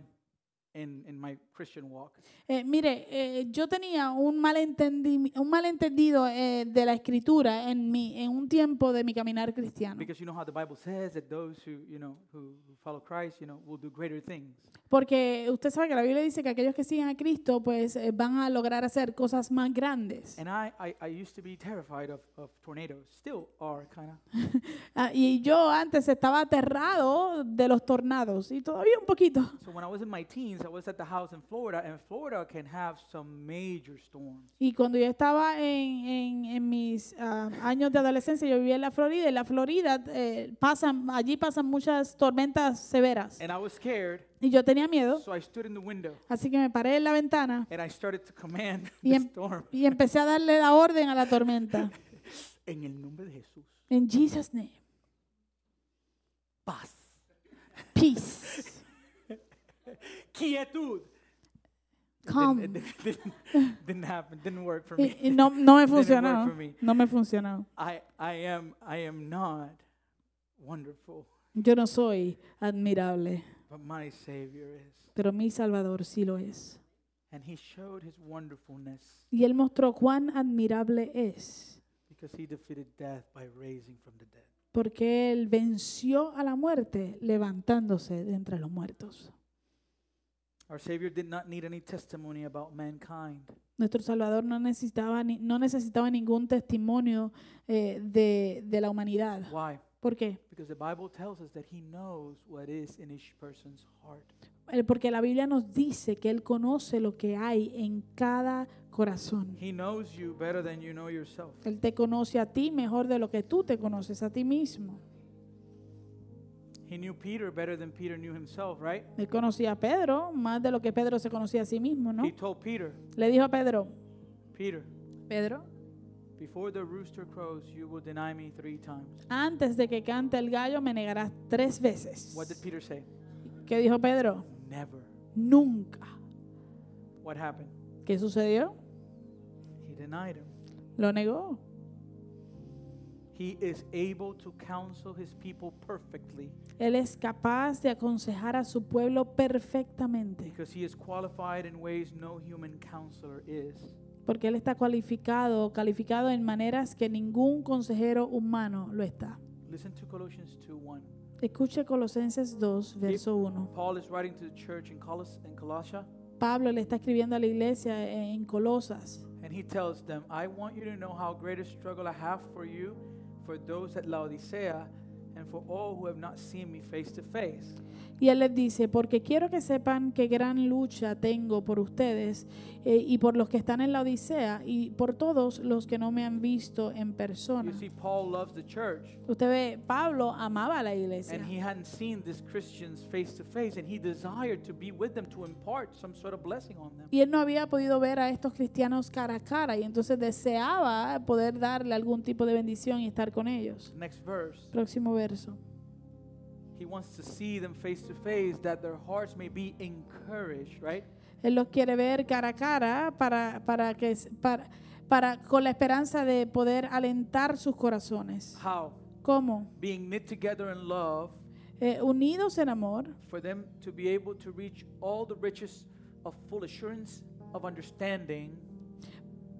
Speaker 1: in, in my Christian walk.
Speaker 2: Eh, mire, eh, yo tenía un, malentendi- un malentendido eh, de la escritura en, mi, en un tiempo de mi caminar cristiano.
Speaker 1: Because you know how the Bible says that those who, you know, who who follow Christ, you know, will do greater things.
Speaker 2: Porque usted sabe que la Biblia dice que aquellos que siguen a Cristo pues eh, van a lograr hacer cosas más grandes.
Speaker 1: And I, I, I used to be terrified of, of tornadoes. Still are, kind of.
Speaker 2: Ah, y yo antes estaba aterrado de los tornados y todavía un poquito.
Speaker 1: So when I was in my teens, I was at the house in Florida, and Florida can have some major storms.
Speaker 2: Y cuando yo estaba en, en- en mis ah, años de adolescencia, yo vivía en la Florida y la Florida eh, pasan, allí pasan muchas tormentas severas.
Speaker 1: And I was scared,
Speaker 2: Y yo tenía miedo,
Speaker 1: so I stood in the window
Speaker 2: así que me paré en la ventana
Speaker 1: and I started to command
Speaker 2: Y
Speaker 1: the
Speaker 2: em-
Speaker 1: storm.
Speaker 2: y empecé a darle la orden a la tormenta.
Speaker 1: En el nombre de Jesús,
Speaker 2: En Jesus name,
Speaker 1: paz,
Speaker 2: peace,
Speaker 1: quietud. It
Speaker 2: calm.
Speaker 1: Didn't, it didn't, didn't- didn't happen. Didn't work for me.
Speaker 2: Y, y no, no me
Speaker 1: Didn't work
Speaker 2: funcionó.
Speaker 1: for me.
Speaker 2: No me funcionó.
Speaker 1: I, I am I am not wonderful,
Speaker 2: Yo no soy admirable,
Speaker 1: but my Savior is,
Speaker 2: pero mi Salvador sí lo es.
Speaker 1: and He showed His wonderfulness
Speaker 2: Y él mostró cuán admirable es,
Speaker 1: because He defeated death by raising from the dead.
Speaker 2: porque él venció a la muerte levantándose de entre los muertos.
Speaker 1: Our Savior did not need any testimony about mankind.
Speaker 2: Nuestro Salvador no necesitaba, ni- no necesitaba ningún testimonio eh, de, de la humanidad.
Speaker 1: Why?
Speaker 2: ¿Por qué?
Speaker 1: Because the Bible tells us that He knows what is in each person's heart.
Speaker 2: Eh, Porque la Biblia nos dice que Él conoce lo que hay en cada corazón.
Speaker 1: He knows you better than you know yourself.
Speaker 2: Él te conoce a ti mejor de lo que tú te conoces a ti mismo.
Speaker 1: He knew Peter better than Peter knew himself, right?
Speaker 2: Él conocía a Pedro más de lo que Pedro se conocía a sí mismo, ¿no?
Speaker 1: He told Peter,
Speaker 2: Le dijo a Pedro,
Speaker 1: Peter,
Speaker 2: Pedro,
Speaker 1: before the rooster crows, you will deny me three times.
Speaker 2: antes de que cante el gallo me negarás tres veces.
Speaker 1: What did Peter say?
Speaker 2: ¿Qué dijo Pedro?
Speaker 1: Never.
Speaker 2: Nunca.
Speaker 1: What happened?
Speaker 2: ¿Qué sucedió?
Speaker 1: He denied him.
Speaker 2: Lo negó.
Speaker 1: He is able to counsel his people perfectly
Speaker 2: Él es capaz de aconsejar a su pueblo perfectamente,
Speaker 1: because he is qualified in ways no human counselor is.
Speaker 2: porque Él está cualificado, calificado en maneras que ningún consejero humano lo está.
Speaker 1: Listen to Colossians 2:1.
Speaker 2: Escuche Colosenses 2, verso 1.
Speaker 1: Paul is writing to the church in, Colos- in Colossia,
Speaker 2: Pablo le está escribiendo a la iglesia en Colosas
Speaker 1: and he tells them, I want you to know how great a struggle I have for you, for those at Laodicea, and for all who have not seen me face to face.
Speaker 2: Y él les dice, porque quiero que sepan qué gran lucha tengo por ustedes eh, y por los que están en la Odisea y por todos los que no me han visto en persona.
Speaker 1: You see, Paul loves the church,
Speaker 2: Usted ve, Pablo amaba a la iglesia
Speaker 1: and he hadn't seen these Christians face to face, and he desired to be with them to impart some sort of blessing on them.
Speaker 2: y él no había podido ver a estos cristianos cara a cara y entonces deseaba poder darle algún tipo de bendición y estar con ellos.
Speaker 1: Next verse.
Speaker 2: Próximo verso.
Speaker 1: He wants to see them face to face that their hearts may be encouraged, right?
Speaker 2: Él los quiere ver cara a cara para, para que, para, para, con la esperanza de poder alentar sus corazones.
Speaker 1: How?
Speaker 2: ¿Cómo?
Speaker 1: Being knit together in love
Speaker 2: Eh, unidos en amor,
Speaker 1: for them to be able to reach all the riches of full assurance of understanding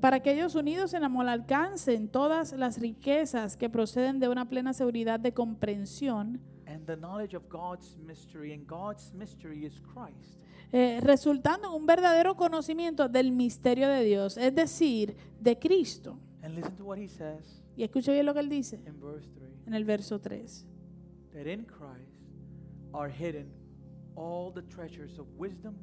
Speaker 2: para que ellos unidos en amor alcancen todas las riquezas que proceden de una plena seguridad de comprensión,
Speaker 1: and the knowledge of God's mystery. And God's mystery is Christ.
Speaker 2: eh, resultando en un verdadero conocimiento del misterio de Dios, es decir, de Cristo.
Speaker 1: And listen to what he says
Speaker 2: Y escuche bien lo que él dice
Speaker 1: in verse 3
Speaker 2: en el verso 3,
Speaker 1: that in Christ are hidden all the treasures of wisdom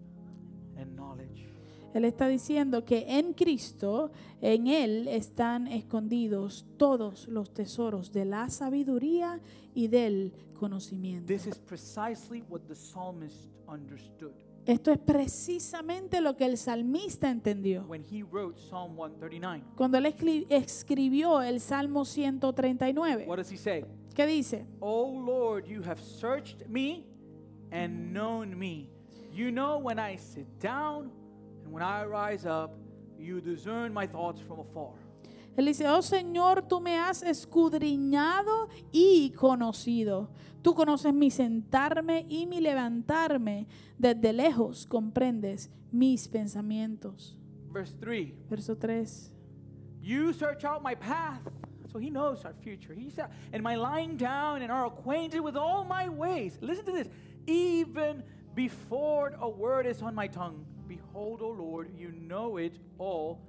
Speaker 1: and knowledge.
Speaker 2: Él está diciendo que en Cristo, en Él están escondidos todos los tesoros de la sabiduría y del conocimiento.
Speaker 1: This is precisely what the psalmist understood.
Speaker 2: Esto es precisamente lo que el salmista entendió.
Speaker 1: when he wrote Psalm 139.
Speaker 2: Cuando él escri- escribió el Salmo 139,
Speaker 1: What does he say?
Speaker 2: ¿qué dice?
Speaker 1: O Lord, you have searched me and known me. You know when I sit down and when I rise up, you discern my thoughts from afar.
Speaker 2: Él dice, oh Señor, tú me has escudriñado y conocido. Tú conoces mi sentarme y mi levantarme. Desde lejos comprendes mis pensamientos.
Speaker 1: Verse 3
Speaker 2: Verso 3.
Speaker 1: You search out my path. So he knows our future. He said, and my lying down and are acquainted with all my ways. Listen to this. Even before a word is on my tongue, behold, O Lord, you know it all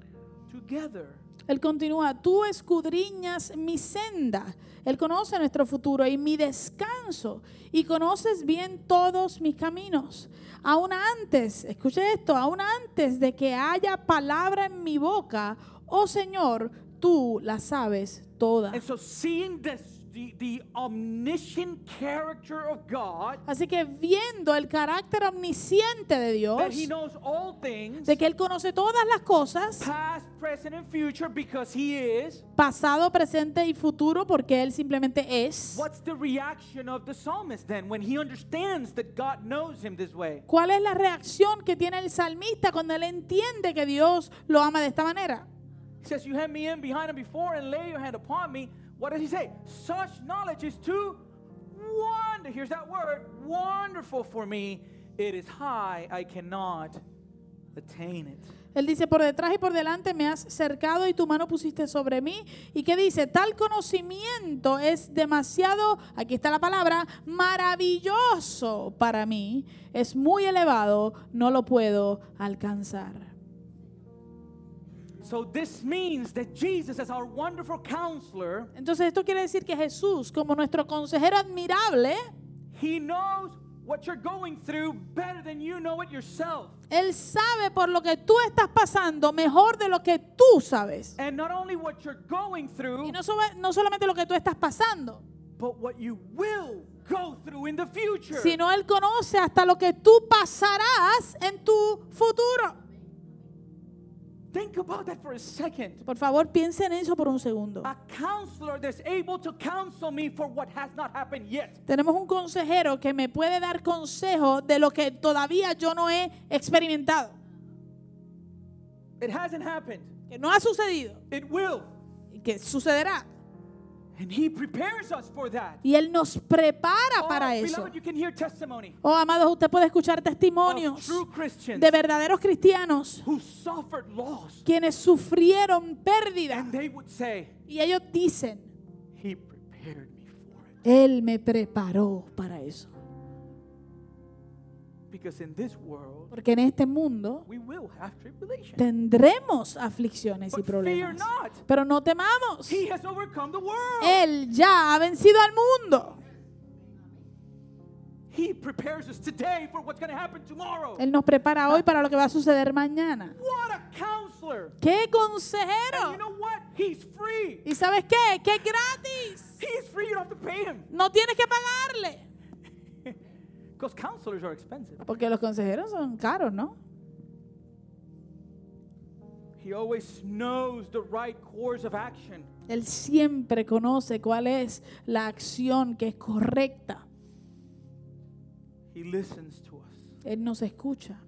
Speaker 1: together.
Speaker 2: Él continúa, tú escudriñas mi senda, Él conoce nuestro futuro y mi descanso, y conoces bien todos mis caminos. Aún antes, escuche esto, aún antes de que haya palabra en mi boca, oh Señor, tú la sabes toda.
Speaker 1: And so seeing this, the, the omniscient character of God,
Speaker 2: Así que viendo el carácter omnisciente de Dios,
Speaker 1: that he knows all things,
Speaker 2: de que Él conoce todas las cosas,
Speaker 1: past, present, and future, because he is,
Speaker 2: pasado, presente y futuro, porque Él simplemente es.
Speaker 1: what's the reaction of the psalmist then when he understands that God knows him this way?
Speaker 2: ¿Cuál es la reacción que tiene el salmista cuando él entiende que Dios lo ama de esta manera?
Speaker 1: He says, You hand me in behind and before and lay your hand upon me. What does he say? Such knowledge is too wonder. Here's that word wonderful for me. It is high. I cannot attain it.
Speaker 2: Él dice, por detrás y por delante me has cercado y tu mano pusiste sobre mí. ¿Y qué dice? Tal conocimiento es demasiado, aquí está la palabra, maravilloso para mí. Es muy elevado, no lo puedo alcanzar.
Speaker 1: So this means that Jesus, as our wonderful counselor,
Speaker 2: Entonces esto quiere decir que Jesús, como nuestro consejero admirable,
Speaker 1: he knows what you're going through better than you know it yourself.
Speaker 2: Él sabe por lo que tú estás pasando mejor de lo que tú sabes.
Speaker 1: And not only what you're going
Speaker 2: Y
Speaker 1: through,
Speaker 2: no, sobe- no solamente lo que tú estás pasando,
Speaker 1: but what you will go through in the future.
Speaker 2: sino Él conoce hasta lo que tú pasarás en tu futuro.
Speaker 1: Think about that for a second.
Speaker 2: Por favor, piensen en eso por un segundo.
Speaker 1: A counselor that's able to counsel me for what has not happened yet.
Speaker 2: Tenemos un consejero que me puede dar consejo de lo que todavía yo no he experimentado,
Speaker 1: It hasn't happened.
Speaker 2: que no ha sucedido
Speaker 1: It will.
Speaker 2: y que sucederá.
Speaker 1: And he prepares us for that.
Speaker 2: Y Él nos prepara
Speaker 1: Oh,
Speaker 2: para eso.
Speaker 1: beloved, you can hear testimony
Speaker 2: Oh, amados, usted puede escuchar
Speaker 1: of
Speaker 2: testimonios
Speaker 1: Oh, true Christians
Speaker 2: de verdaderos cristianos
Speaker 1: who suffered loss.
Speaker 2: quienes sufrieron pérdida
Speaker 1: And they would say,
Speaker 2: y ellos dicen,
Speaker 1: He prepared me for it.
Speaker 2: Él me preparó para eso.
Speaker 1: Because in this world,
Speaker 2: Porque en este mundo
Speaker 1: we will have tribulation.
Speaker 2: tendremos aflicciones y
Speaker 1: But fear
Speaker 2: problemas.
Speaker 1: not.
Speaker 2: Pero no temamos.
Speaker 1: He has overcome the world.
Speaker 2: Él ya ha vencido al mundo.
Speaker 1: He prepares us today for what's going to happen tomorrow.
Speaker 2: Él nos prepara hoy para lo que va a suceder mañana.
Speaker 1: What a counselor.
Speaker 2: ¡Qué
Speaker 1: And you
Speaker 2: consejero!
Speaker 1: know what? He's free.
Speaker 2: ¿Y sabes qué? ¡Que es gratis!
Speaker 1: He's free. You don't have to pay him.
Speaker 2: No tienes que pagarle.
Speaker 1: Because counselors are expensive.
Speaker 2: Porque los consejeros son caros, ¿no?
Speaker 1: He always knows the right course of action.
Speaker 2: Él siempre conoce cuál es la acción que es correcta.
Speaker 1: He listens to us.
Speaker 2: Él nos escucha.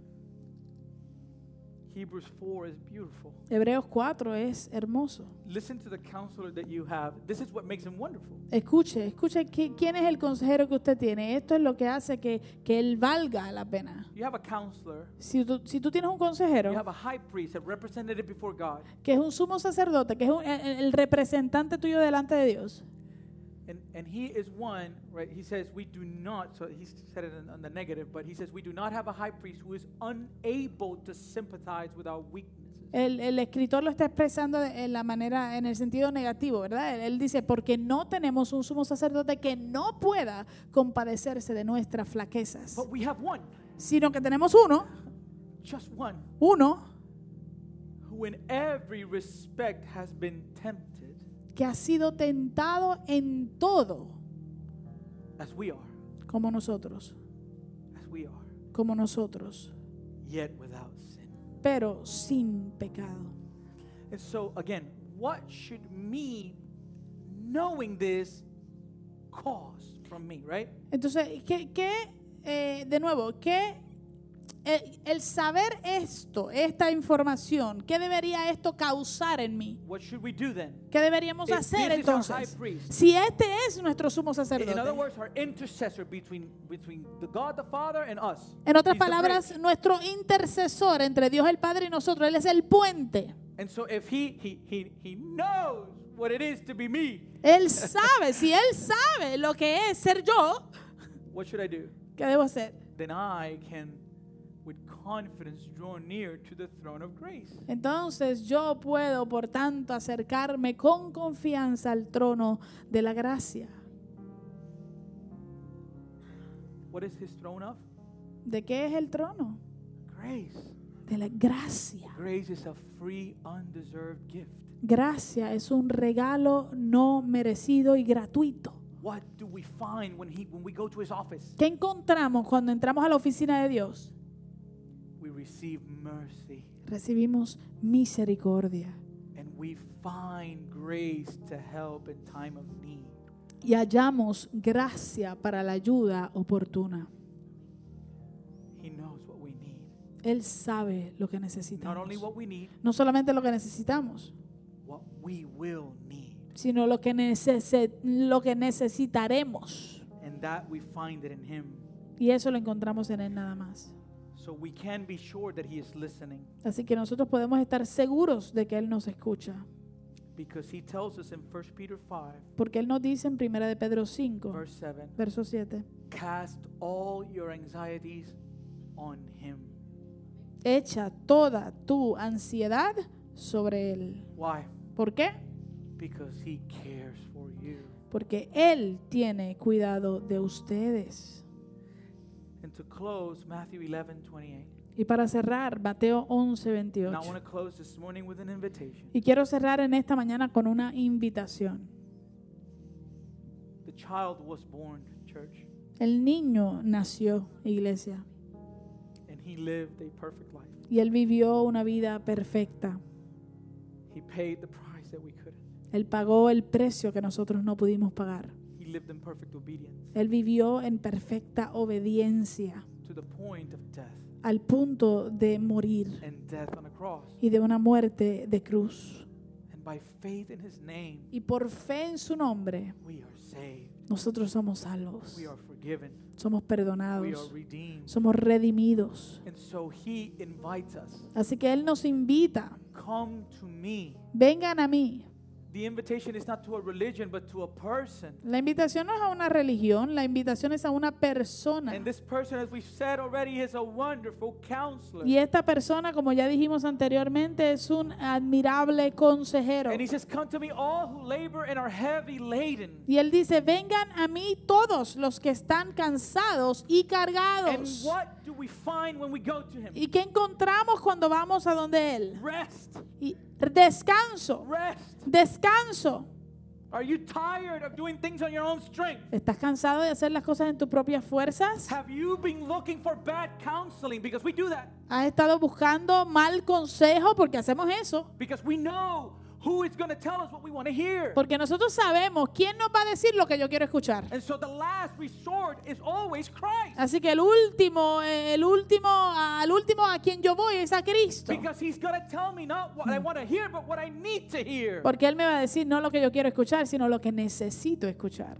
Speaker 1: Hebrews 4 is beautiful.
Speaker 2: Hebreos 4 es hermoso.
Speaker 1: Listen to the counselor that you have. This is what makes him wonderful.
Speaker 2: Escuche, escuche qui- quién es el consejero que usted tiene. Esto es lo que hace que, que él valga la pena.
Speaker 1: You have a counselor.
Speaker 2: Si tú, si tú tienes un
Speaker 1: You
Speaker 2: consejero
Speaker 1: have a high priest, a representative before God.
Speaker 2: que es un sumo sacerdote, que es un- el, el representante tuyo delante de Dios,
Speaker 1: And, and he is one, right? He says, We do not, so he said it on, on the negative, but he says, We do not have a high priest who is unable to sympathize with our weaknesses.
Speaker 2: el, el escritor lo está expresando de- en la manera, en el sentido negativo, ¿verdad? Él, él dice, porque no tenemos un sumo sacerdote que no pueda compadecerse de nuestras flaquezas,
Speaker 1: But we have one,
Speaker 2: sino que tenemos uno,
Speaker 1: just one,
Speaker 2: uno
Speaker 1: who in every respect has been tempted
Speaker 2: que ha sido tentado en todo,
Speaker 1: as we are.
Speaker 2: como nosotros,
Speaker 1: as we are,
Speaker 2: como nosotros.
Speaker 1: yet without sin.
Speaker 2: pero sin pecado.
Speaker 1: And so, again, what should me knowing this cause from me, right?
Speaker 2: Entonces, ¿qué, qué, eh, de nuevo, qué el, el saber esto, esta información, ¿qué debería esto causar en mí?
Speaker 1: What should we do then?
Speaker 2: ¿Qué deberíamos
Speaker 1: If
Speaker 2: hacer
Speaker 1: this is our high
Speaker 2: entonces?
Speaker 1: priest,
Speaker 2: Si este es nuestro sumo
Speaker 1: In other
Speaker 2: sacerdote.
Speaker 1: words, our intercessor between between the God the Father and us.
Speaker 2: En otras
Speaker 1: He's the
Speaker 2: palabras, nuestro intercesor entre Dios el Padre y nosotros, Él es el puente.
Speaker 1: bridge. and so if he he he he knows what it is to be me,
Speaker 2: Él sabe, si Él sabe lo que es ser yo,
Speaker 1: what should I do?
Speaker 2: ¿qué debo hacer?
Speaker 1: Then I can, with confidence, draw near to the throne of grace.
Speaker 2: Entonces yo puedo, por tanto, acercarme con confianza al trono de la gracia.
Speaker 1: What is His throne of?
Speaker 2: ¿De qué es el trono?
Speaker 1: Grace.
Speaker 2: De la gracia.
Speaker 1: Grace is a free, undeserved gift.
Speaker 2: Gracia es un regalo no merecido y gratuito.
Speaker 1: What do we find when he when we go to His office?
Speaker 2: ¿Qué encontramos cuando entramos a la oficina de Dios?
Speaker 1: We receive mercy.
Speaker 2: Recibimos misericordia.
Speaker 1: And we find grace to help in time of need.
Speaker 2: y hallamos gracia para la ayuda oportuna.
Speaker 1: He knows what we need.
Speaker 2: Él sabe lo que
Speaker 1: Not only
Speaker 2: necesitamos.
Speaker 1: what we need,
Speaker 2: No solamente lo que necesitamos,
Speaker 1: what we will need.
Speaker 2: sino lo que, necese- lo que necesitaremos.
Speaker 1: And that we find it in Him.
Speaker 2: Y eso lo encontramos en Él nada más.
Speaker 1: So we can be sure that He is listening
Speaker 2: Así que nosotros podemos estar seguros de que Él nos escucha.
Speaker 1: because He tells us in 1 Peter 5,
Speaker 2: Porque Él nos dice en 1 de Pedro 5,
Speaker 1: verse 7
Speaker 2: verso 7,
Speaker 1: Cast all your anxieties on Him.
Speaker 2: echa toda tu ansiedad sobre Él.
Speaker 1: Why?
Speaker 2: ¿Por qué?
Speaker 1: Because He cares for you.
Speaker 2: Porque Él tiene cuidado de ustedes.
Speaker 1: And to close, Matthew 11, 28.
Speaker 2: Y para cerrar, Mateo 11,
Speaker 1: And I
Speaker 2: 28.
Speaker 1: want to close this morning with an invitation.
Speaker 2: Y quiero cerrar en esta mañana con una invitación.
Speaker 1: The child was born, church,
Speaker 2: El niño nació, iglesia,
Speaker 1: and He lived a perfect life.
Speaker 2: y él vivió una vida perfecta.
Speaker 1: He paid the price that we couldn't.
Speaker 2: Él pagó el precio que nosotros no pudimos pagar.
Speaker 1: He lived in perfect obedience
Speaker 2: Él vivió en perfecta obediencia
Speaker 1: to the point of death
Speaker 2: al punto de morir
Speaker 1: and death on a cross.
Speaker 2: y de una muerte de cruz.
Speaker 1: And by faith in his name,
Speaker 2: Y por fe en su nombre,
Speaker 1: we are saved.
Speaker 2: nosotros somos salvos,
Speaker 1: We are forgiven.
Speaker 2: somos
Speaker 1: We are
Speaker 2: perdonados,
Speaker 1: redeemed.
Speaker 2: somos redimidos.
Speaker 1: And so he invites us,
Speaker 2: Así que Él nos invita
Speaker 1: come to me.
Speaker 2: Vengan a mí.
Speaker 1: The invitation is not to a religion, but to a person.
Speaker 2: La invitación no es a una religión, la invitación es a una persona.
Speaker 1: And this person, as we've said already, is a wonderful counselor.
Speaker 2: Y esta persona, como ya dijimos anteriormente, es un admirable consejero.
Speaker 1: And he says, Come to me, all who labor and are heavy laden,
Speaker 2: Y él dice, vengan a mí todos los que están cansados y
Speaker 1: And
Speaker 2: cargados.
Speaker 1: what do we find when we go to him?
Speaker 2: ¿Y qué encontramos cuando vamos a donde él?
Speaker 1: Rest,
Speaker 2: Y- descanso,
Speaker 1: rest.
Speaker 2: descanso.
Speaker 1: Are you tired of doing things on your own strength?
Speaker 2: ¿Estás cansado de hacer las cosas en tus propias fuerzas?
Speaker 1: Have you been looking for bad counseling? Because we do that.
Speaker 2: ¿Has estado buscando mal consejo? Porque hacemos eso.
Speaker 1: Because we know who is going to tell us what we want to hear.
Speaker 2: Porque nosotros sabemos quién nos va a decir lo que yo quiero escuchar.
Speaker 1: And so the last resort is always Christ.
Speaker 2: Así que el último, eh, el último, al último a quien yo voy es a Cristo.
Speaker 1: Because he's going to tell me not what I want to hear, but what I need to hear.
Speaker 2: Porque Él me va a decir no lo que yo quiero escuchar, sino lo que necesito escuchar.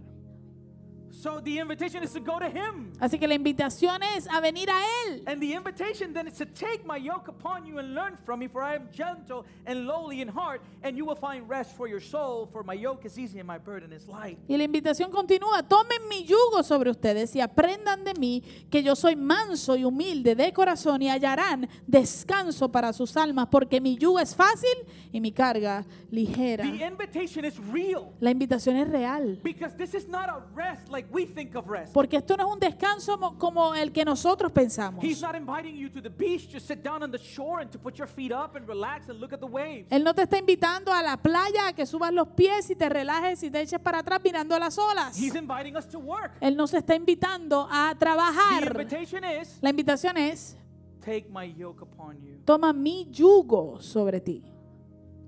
Speaker 1: So the invitation is to go to him.
Speaker 2: Así que la invitación es a venir a Él.
Speaker 1: And the invitation then is to take my yoke upon you and learn from me, for I am gentle and lowly in heart, and you will find rest for your soul, for my yoke is easy and my burden is light.
Speaker 2: Y la invitación continúa, tomen mi yugo sobre ustedes y aprendan de mí que yo soy manso y humilde de corazón y hallarán descanso para sus almas, porque mi yugo es fácil y mi carga ligera.
Speaker 1: The invitation is real.
Speaker 2: La invitación es real.
Speaker 1: Because this is not a rest like we think of rest.
Speaker 2: Porque esto no es un descanso mo- como el que nosotros pensamos.
Speaker 1: He's not inviting you to the beach to sit down on the shore and to put your feet up and relax and look at the waves.
Speaker 2: Él no te está invitando a la playa a que subas los pies y te relajes y te eches para atrás mirando las olas.
Speaker 1: He's inviting us to work.
Speaker 2: Él nos está invitando a
Speaker 1: The
Speaker 2: trabajar.
Speaker 1: invitation is
Speaker 2: La invitación es,
Speaker 1: take my yoke upon you,
Speaker 2: toma mi yugo sobre ti.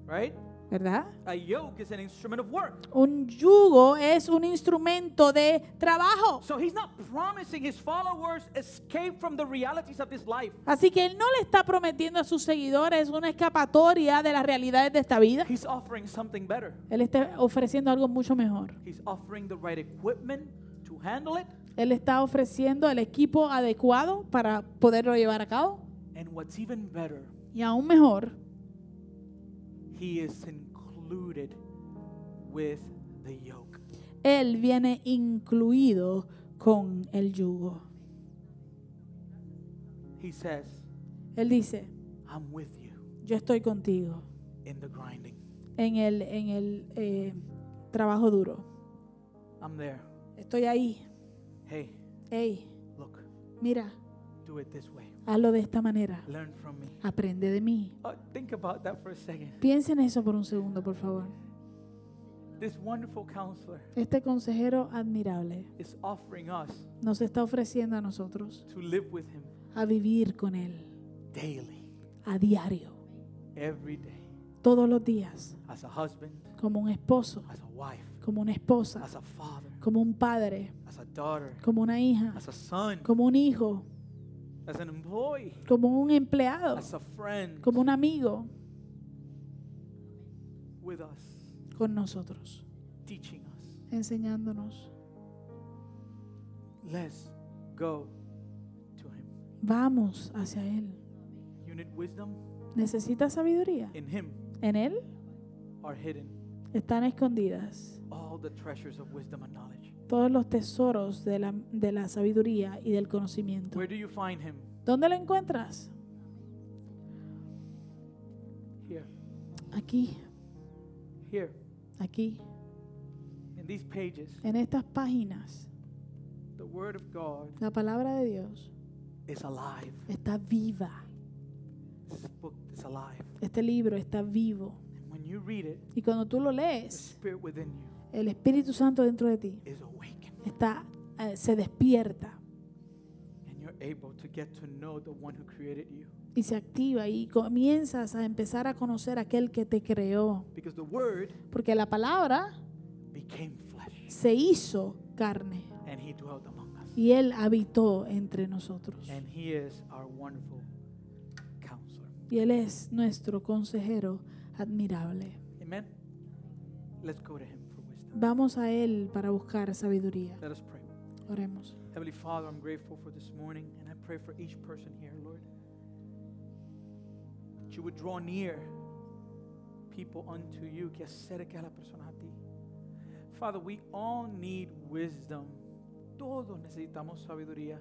Speaker 1: right?
Speaker 2: ¿verdad?
Speaker 1: A yoke is an instrument of work.
Speaker 2: Un yugo es un instrumento de trabajo.
Speaker 1: So he's not promising his followers escape from the realities of this life.
Speaker 2: Así que él no le está prometiendo a sus seguidores una escapatoria de las realidades de esta vida.
Speaker 1: He's offering something better.
Speaker 2: Él está ofreciendo algo mucho mejor.
Speaker 1: He's offering the right equipment to handle it.
Speaker 2: Él está ofreciendo el equipo adecuado para poderlo llevar a cabo.
Speaker 1: And what's even better,
Speaker 2: Y aún mejor,
Speaker 1: he is included with the yoke.
Speaker 2: él viene incluido con el yugo.
Speaker 1: He says,
Speaker 2: Él dice,
Speaker 1: I'm with you
Speaker 2: yo estoy contigo
Speaker 1: in the grinding.
Speaker 2: en el, en el eh, trabajo duro.
Speaker 1: I'm there.
Speaker 2: Estoy ahí.
Speaker 1: Hey,
Speaker 2: Hey,
Speaker 1: look,
Speaker 2: mira,
Speaker 1: do it this way.
Speaker 2: hazlo de esta manera.
Speaker 1: Learn from me.
Speaker 2: Aprende de mí.
Speaker 1: Uh, think about that for a second.
Speaker 2: Piensen eso por un segundo, por favor.
Speaker 1: This wonderful counselor
Speaker 2: Este consejero admirable
Speaker 1: is offering us
Speaker 2: nos está ofreciendo a nosotros
Speaker 1: to live with him
Speaker 2: a vivir con él
Speaker 1: daily,
Speaker 2: a diario,
Speaker 1: every day,
Speaker 2: todos los días,
Speaker 1: as a husband,
Speaker 2: como un esposo,
Speaker 1: as a wife,
Speaker 2: como una esposa,
Speaker 1: as a father,
Speaker 2: como un padre,
Speaker 1: as a daughter,
Speaker 2: como una hija,
Speaker 1: as a son,
Speaker 2: como un hijo,
Speaker 1: as an employee,
Speaker 2: como un empleado,
Speaker 1: as a friend
Speaker 2: como un amigo
Speaker 1: with us,
Speaker 2: con nosotros,
Speaker 1: teaching us.
Speaker 2: enseñándonos.
Speaker 1: Let's go to him.
Speaker 2: Vamos hacia Él.
Speaker 1: You need wisdom?
Speaker 2: ¿Necesitas sabiduría?
Speaker 1: In him
Speaker 2: En Él
Speaker 1: are hidden
Speaker 2: están escondidas
Speaker 1: all the treasures of wisdom and knowledge.
Speaker 2: todos los tesoros de la, de la sabiduría y del conocimiento.
Speaker 1: Where do you find him?
Speaker 2: ¿Dónde lo encuentras?
Speaker 1: Here,
Speaker 2: Aquí,
Speaker 1: here,
Speaker 2: aquí,
Speaker 1: in these pages.
Speaker 2: en estas páginas.
Speaker 1: The word of God
Speaker 2: La palabra de Dios
Speaker 1: is alive.
Speaker 2: está viva.
Speaker 1: This book is alive.
Speaker 2: Este libro está vivo.
Speaker 1: And when you read it,
Speaker 2: Y cuando tú lo
Speaker 1: the
Speaker 2: lees,
Speaker 1: spirit within you
Speaker 2: el Espíritu Santo dentro de ti
Speaker 1: is awakened.
Speaker 2: está, eh, se despierta
Speaker 1: And you're able to get to know the one who created you.
Speaker 2: y se activa y comienzas a empezar a conocer aquel que te creó.
Speaker 1: Because the word
Speaker 2: Porque la palabra
Speaker 1: became flesh
Speaker 2: se hizo carne
Speaker 1: and he dwelt among us.
Speaker 2: y él habitó entre nosotros.
Speaker 1: And he is our wonderful counselor.
Speaker 2: Y él es nuestro consejero admirable.
Speaker 1: Amen. Let's go to him for wisdom.
Speaker 2: Vamos a él para buscar sabiduría.
Speaker 1: Let us pray.
Speaker 2: Oremos.
Speaker 1: Heavenly Father, I'm grateful for this morning and I pray for each person here, Lord. That you would draw near people unto you, que acerque a la persona a ti. Father, we all need wisdom. Todos necesitamos sabiduría.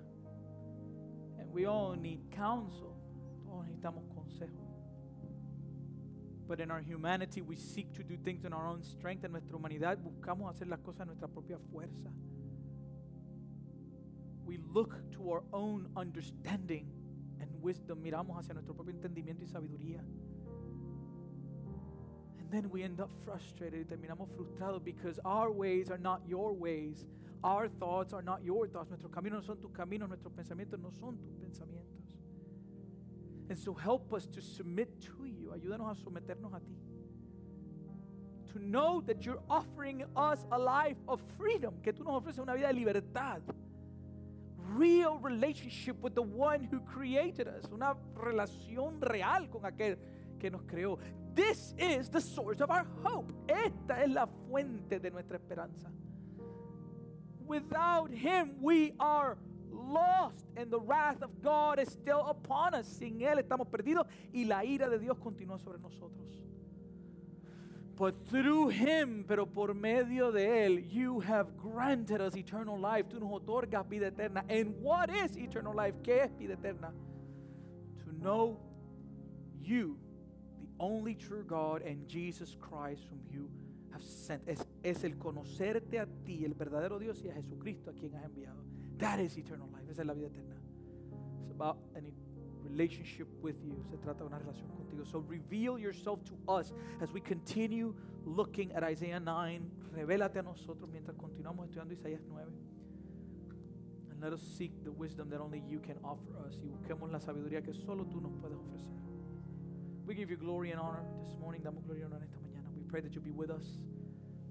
Speaker 1: And we all need counsel. Todos necesitamos consejo. But in our humanity, we seek to do things in our own strength. En nuestra humanidad, buscamos hacer las cosas en nuestra propia fuerza we look to our own understanding and wisdom, miramos hacia nuestro propio entendimiento y sabiduría. And then we end up frustrated, terminamos frustrados because our ways are not your ways, our thoughts are not your thoughts, nuestros caminos no son tus caminos, nuestros pensamientos no son tus pensamientos. And so help us to submit to you, ayúdanos a someternos a ti. To know that you're offering us a life of freedom, que tú nos ofreces una vida de libertad real relationship with the one who created us, una relación real con aquel que nos creó. This is the source of our hope. Esta es la fuente de nuestra esperanza. Without him we are lost and the wrath of God is still upon us. Sin él estamos perdidos y la ira de Dios continúa sobre nosotros. But through him, pero por medio de él, you have granted us eternal life. Tú nos otorgas vida eterna. And what is eternal life? ¿Qué es vida eterna? To know you, the only true God, and Jesus Christ, whom you have sent. Es, es el conocerte a ti, el verdadero Dios, y a Jesucristo, a quien has enviado. That is eternal life. Esa es la vida eterna. It's about an e- relationship with you. Se trata de una relación contigo. So reveal yourself to us as we continue looking at Isaiah 9. Revélate a nosotros mientras continuamos estudiando Isaías 9. And let us seek the wisdom that only you can offer us. Y busquemos la sabiduría que solo tú nos puedes ofrecer. We give you glory and honor this morning. Damos gloria y honor en esta mañana. We pray that you'll be with us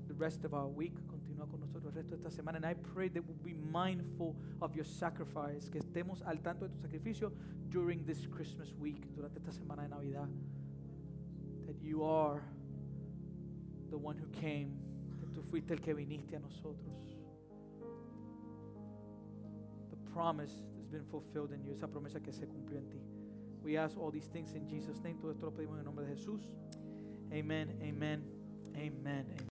Speaker 1: the rest of our week. Continúa con nosotros el resto de esta semana. And I pray that we'll be mindful of your sacrifice. Que estemos al tanto de tu sacrificio during this Christmas week, durante esta semana de Navidad. That you are the one who came. Que tú fuiste el que viniste a nosotros. The promise that's been fulfilled in you. Esa promesa que se cumplió en ti. We ask all these things in Jesus' name. Todo esto lo pedimos en el nombre de Jesús. Amen, amen, amen. amen.